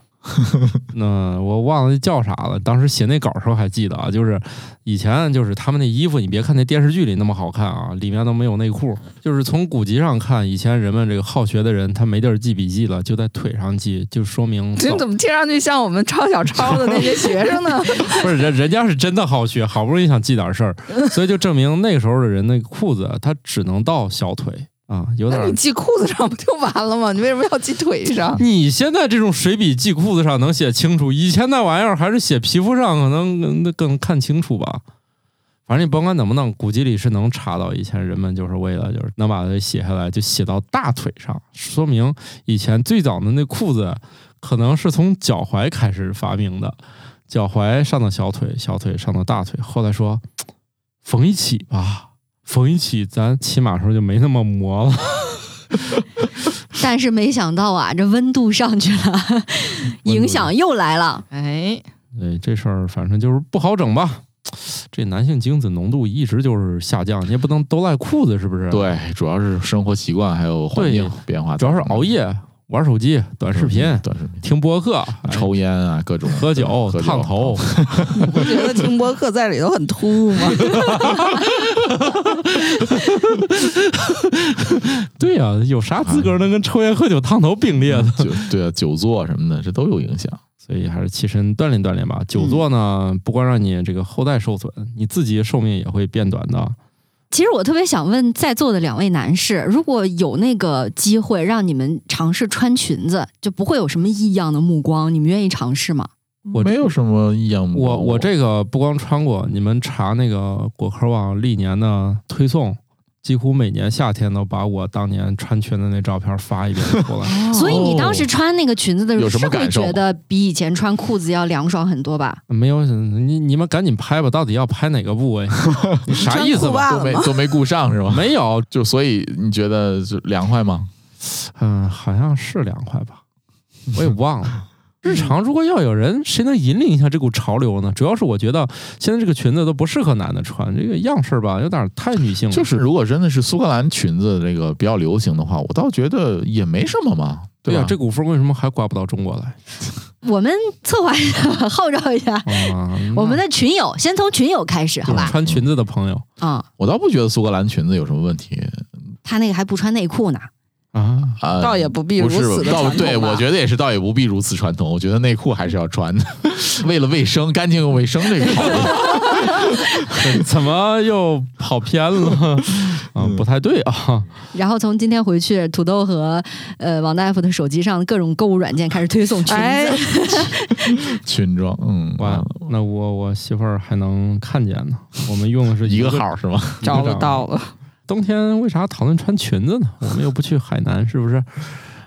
Speaker 3: 那我忘了叫啥了，当时写那稿儿时候还记得啊，就是以前就是他们那衣服，你别看那电视剧里那么好看啊，里面都没有内裤。就是从古籍上看，以前人们这个好学的人，他没地儿记笔记了，就在腿上记，就说明
Speaker 4: 这
Speaker 3: 走
Speaker 4: 怎么听上去像我们抄小抄的那些学生呢？
Speaker 3: 不是人人家是真的好学，好不容易想记点事儿，所以就证明那个时候的人那个裤子它只能到小腿，啊，有点
Speaker 4: 那
Speaker 3: 儿
Speaker 4: 你。系裤子上不就完了吗？你为什么要系腿上？
Speaker 3: 你现在这种水笔记裤子上能写清楚，以前那玩意儿还是写皮肤上可能嗯那更看清楚吧。反正你甭管怎么弄，古籍里是能查到，以前人们就是为了就是能把它写下来，就写到大腿上，说明以前最早的那裤子可能是从脚踝开始发明的，脚踝上到小腿，小腿上到大腿，后来说嘖缝一起吧，缝一起，咱骑马时候就没那么磨了。
Speaker 1: 但是没想到啊，这温度上去了，影响又来了。
Speaker 4: 哎，
Speaker 3: 对这事儿，反正就是不好整吧。这男性精子浓度一直就是下降，你也不能都赖裤子，是不是？，
Speaker 2: 对，主要是生活习惯还有环境变化，
Speaker 3: 主要是熬夜、玩手机、短视频、
Speaker 2: 短视频、
Speaker 3: 听播客、哎
Speaker 2: 嗯抽烟啊，各种
Speaker 3: 喝酒、
Speaker 2: 喝
Speaker 3: 烫头。
Speaker 4: 你不觉得听播客在里头很突兀吗？
Speaker 3: 对呀、有啥资
Speaker 2: 哎
Speaker 3: 格能跟抽烟、喝酒、烫头并列的？
Speaker 2: 酒对啊，久坐什么的，这都有影响。
Speaker 3: 所以还是起身锻炼锻炼吧。
Speaker 2: 嗯
Speaker 3: 久坐呢，不光让你这个后代受损，你自己寿命也会变短的。
Speaker 1: 其实我特别想问在座的两位男士，如果有那个机会让你们尝试穿裙子，就不会有什么异样的目光，你们愿意尝试吗？
Speaker 3: 我
Speaker 2: 没有什么异样。
Speaker 3: 我我这个不光穿过，你们查那个果壳网历年的推送，几乎每年夏天都把我当年穿裙的那照片发一遍出来。
Speaker 1: 所以你当时穿那个裙子的时候，
Speaker 2: 哦有什
Speaker 1: 是
Speaker 2: 么
Speaker 1: 会
Speaker 2: 感受
Speaker 1: 觉得比以前穿裤子要凉爽很多吧？
Speaker 3: 没有，你你们赶紧拍吧，到底要拍哪个部位？你啥意思
Speaker 4: 穿
Speaker 3: 吧？
Speaker 4: 裤袜
Speaker 2: 都没
Speaker 4: 了吗？
Speaker 2: 都没顾上是 吧？
Speaker 3: 没有，
Speaker 2: 就所以你觉得就凉快吗？
Speaker 3: 嗯、好像是凉快吧，我也忘了。日常如果要有人谁能引领一下这股潮流呢？主要是我觉得现在这个裙子都不适合男的穿，这个样式儿吧有点太女
Speaker 4: 嗯
Speaker 3: 性了。
Speaker 2: 就是如果真的是苏格兰裙子这个比较流行的话，我倒觉得也没什么嘛，
Speaker 3: 对呀、
Speaker 2: 吧？
Speaker 3: 这股风为什么还刮不到中国来？
Speaker 1: 我们策划一下吧， 号召一下，
Speaker 3: 啊
Speaker 2: 嗯
Speaker 1: 我们
Speaker 3: 那
Speaker 1: 的群友，先从群友开始，好吧？
Speaker 3: 穿裙子的朋友
Speaker 1: 啊、
Speaker 2: 我倒不觉得苏格兰裙子有什么问题
Speaker 1: 他那个还不穿内裤呢。
Speaker 3: 啊，
Speaker 2: 啊。
Speaker 4: 倒也不必如
Speaker 2: 不是
Speaker 4: 此，的
Speaker 2: 倒
Speaker 4: 传统
Speaker 2: 对
Speaker 4: 吧
Speaker 2: 我觉得也是，倒也不必如此传统。我觉得内裤还是要穿的， 为了卫生，干净又卫生这个考虑。
Speaker 3: 怎么又跑偏了？啊，
Speaker 2: 嗯
Speaker 3: 不太对啊！
Speaker 1: 然后从今天回去，土豆和呃王大夫的手机上各种购物软件开始推送裙子。
Speaker 4: 哎，
Speaker 2: 裙装，嗯，
Speaker 3: 完了，那我我媳妇儿还能看见呢。我们用的是
Speaker 2: 一
Speaker 3: 个
Speaker 2: 个号是吗？
Speaker 4: 找不。到了，
Speaker 3: 冬天为啥讨论穿裙子呢？我们又不去海南，是不是？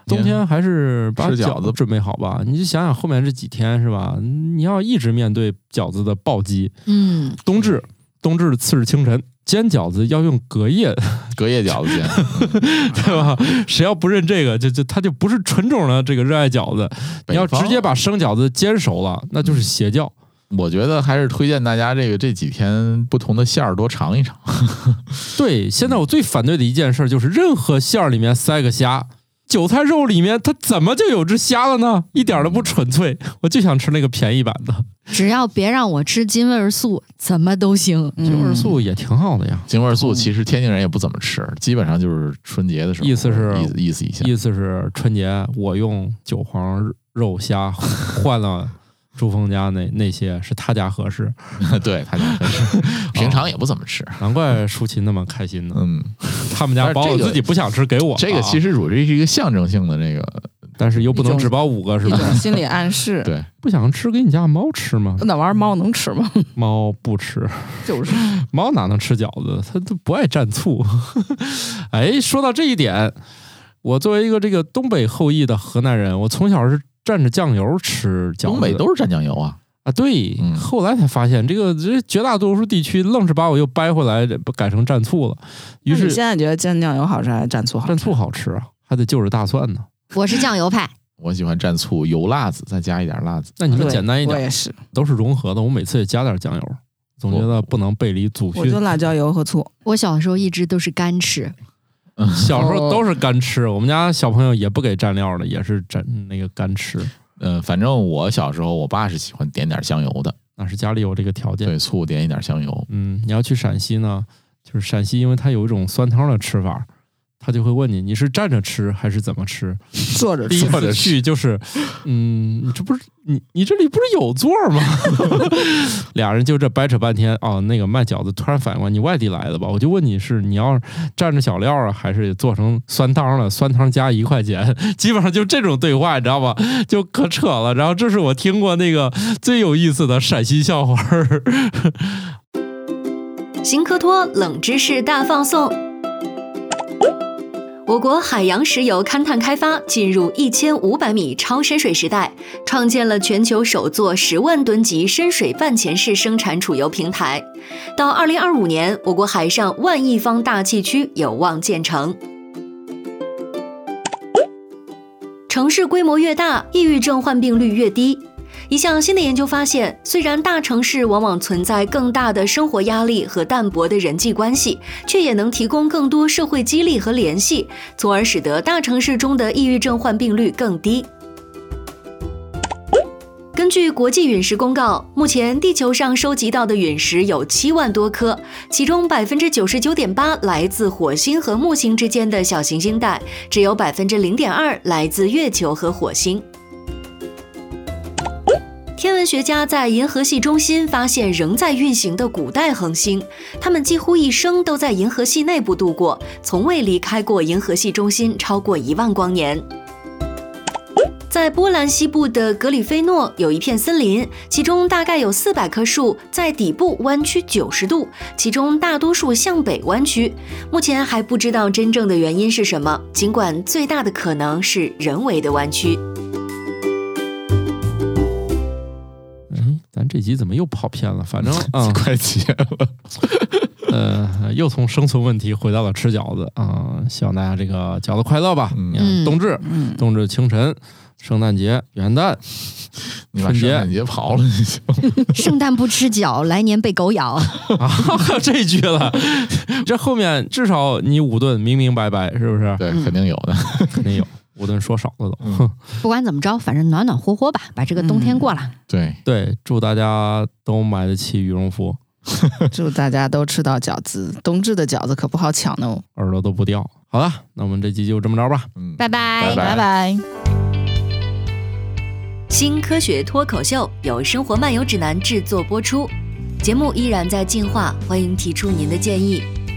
Speaker 3: 冬天还是把
Speaker 2: 吃饺
Speaker 3: 饺子
Speaker 2: 子
Speaker 3: 准备好吧。你就想想后面这几天是吧？你要一直面对饺子的暴击。
Speaker 1: 嗯，
Speaker 3: 冬至，冬至次日清晨煎饺子要用隔夜
Speaker 2: 隔夜饺子 煎，
Speaker 3: 对吧？谁要不认这个，就就他就不是纯种的这个热爱饺子。你要
Speaker 2: 北方
Speaker 3: 直接把生饺子煎熟了，那就是邪教。
Speaker 2: 我觉得还是推荐大家这个这几天不同的馅儿多尝一尝。
Speaker 3: 对，现在我最反对的一件事就是，任何馅儿里面塞个虾，韭菜肉里面它怎么就有只虾了呢？一点都不纯粹。我就想吃那个便宜版的，
Speaker 1: 只要别让我吃金味儿素，怎么都行。
Speaker 2: 嗯
Speaker 3: 京味素也挺好的呀。
Speaker 2: 京味素其实天津人也不怎么吃，基本上就是春节的时候，
Speaker 3: 嗯意思是
Speaker 2: 意思意思一下，
Speaker 3: 意思是春节我用韭黄肉虾 换了朱峰家那那些是他家合适，
Speaker 2: 对他家 是平
Speaker 3: 哦
Speaker 2: 常也不怎么吃。
Speaker 3: 难怪舒琴那么开心呢。
Speaker 2: 嗯，
Speaker 3: 他们家包
Speaker 2: 但
Speaker 3: 我
Speaker 2: 是这个
Speaker 3: 自己不想吃给我，
Speaker 2: 这个其
Speaker 3: 实，
Speaker 2: 实属于是一个象征性的这个，
Speaker 3: 但是又不能只包五个是
Speaker 4: 一
Speaker 3: 吧？
Speaker 4: 种心理暗示。
Speaker 2: 对，
Speaker 3: 不想吃给你家猫吃吗？
Speaker 4: 那玩意儿猫能吃吗？
Speaker 3: 猫不吃，
Speaker 4: 就是
Speaker 3: 猫哪能吃饺子？它都不爱蘸醋。 哎，说到这一点，我作为一个这个东北后裔的河南人，我从小是蘸着酱油吃饺子，
Speaker 2: 东北都是蘸酱油啊。
Speaker 3: 啊，对，
Speaker 2: 嗯
Speaker 3: 后来才发现这个这绝大多数地区愣是把我又掰回来，改成蘸醋了。于
Speaker 4: 那
Speaker 3: 是
Speaker 4: 你现在觉得蘸酱油好吃还是蘸醋好吃？
Speaker 3: 蘸醋好吃啊，还得就着大蒜呢。
Speaker 1: 我是酱油派，
Speaker 2: 我喜欢蘸醋、油辣子，再加一点辣子。
Speaker 3: 那你说
Speaker 4: 对
Speaker 3: 简单一点
Speaker 4: 我，也是，
Speaker 3: 都是融合的。我每次也加点酱油，总觉得不能背离祖
Speaker 4: 我
Speaker 3: 训
Speaker 4: 就。辣椒油和醋。
Speaker 1: 我小时候一直都是干吃，
Speaker 3: 小时候都是干吃，我们家小朋友也不给蘸料的，也是蘸那个干吃。
Speaker 2: 呃，反正我小时候，我爸是喜欢点点香油的，
Speaker 3: 那是家里有这个条件。
Speaker 2: 对，醋点一点香油。
Speaker 3: 嗯，你要去陕西呢，就是陕西，因为它有一种酸汤的吃法，他就会问你你是站着吃还是怎么吃。
Speaker 4: 坐着
Speaker 3: 第一
Speaker 4: 吃，
Speaker 3: 次去就是，嗯，你这不是你你这里不是有座儿吗？ 俩人就这掰扯半天哦，那个卖饺子突然反应过来，你外地来的吧？我就问你是你要蘸着小料啊，还是做成酸汤了？酸汤加一块钱，基本上就这种对话，你知道吧？ 就可扯了。然后这是我听过那个最有意思的陕西笑话儿。
Speaker 5: 新科托冷知识大放送。我国海洋石油勘探开发进入一千五百米超深水时代，创建了全球首座十万吨级深水半潜式生产储油平台。到二零二五年，我国海上万亿方大气区有望建成。城市规模越大，抑郁症患病率越低。一项新的研究发现，虽然大城市往往存在更大的生活压力和淡薄的人际关系，却也能提供更多社会激励和联系，从而使得大城市中的抑郁症患病率更低。根据国际陨石公告，目前地球上收集到的陨石有七万多颗，其中百分之九十九点八来自火星和木星之间的小行星带，只有百分之零点二来自月球和火星。天文学家在银河系中心发现仍在运行的古代恒星，它们几乎一生都在银河系内部度过，从未离开过银河系中心超过一万光年。在波兰西部的格里菲诺有一片森林，其中大概有四百棵树在底部弯曲九十度，其中大多数向北弯曲。目前还不知道真正的原因是什么，尽管最大的可能是人为的弯曲。
Speaker 3: 嗯，咱这集怎么又跑偏了？反正啊。嗯
Speaker 2: 快结了。
Speaker 3: 呃，又从生存问题回到了吃饺子啊、希望大家这个饺子快乐吧！
Speaker 2: 嗯
Speaker 3: 你看冬至，
Speaker 4: 嗯，
Speaker 3: 冬至清晨，圣诞节、元旦，
Speaker 2: 你把
Speaker 3: 春节
Speaker 2: 圣诞节刨了就行。
Speaker 1: 圣诞不吃饺，来年被狗咬。
Speaker 3: 啊，还有这一句了，这后面至少你五顿明明白白，是不是？
Speaker 2: 对，肯定有 的。
Speaker 3: 肯定有五顿说少了都。
Speaker 1: 不管怎么着，反正暖暖和和吧，把这个冬天过了。
Speaker 2: 对，
Speaker 3: 对，祝大家都买得起羽绒服，
Speaker 4: 祝大家都吃到饺子，冬至的饺子可不好抢哦。
Speaker 3: 耳朵都不掉。好了，那我们这集就这么着吧。
Speaker 2: 嗯，
Speaker 1: 拜拜
Speaker 2: 拜拜
Speaker 4: 拜。
Speaker 5: 新科学脱口秀由生活漫游指南制作播出，节目依然在进化，欢迎提出您的建议，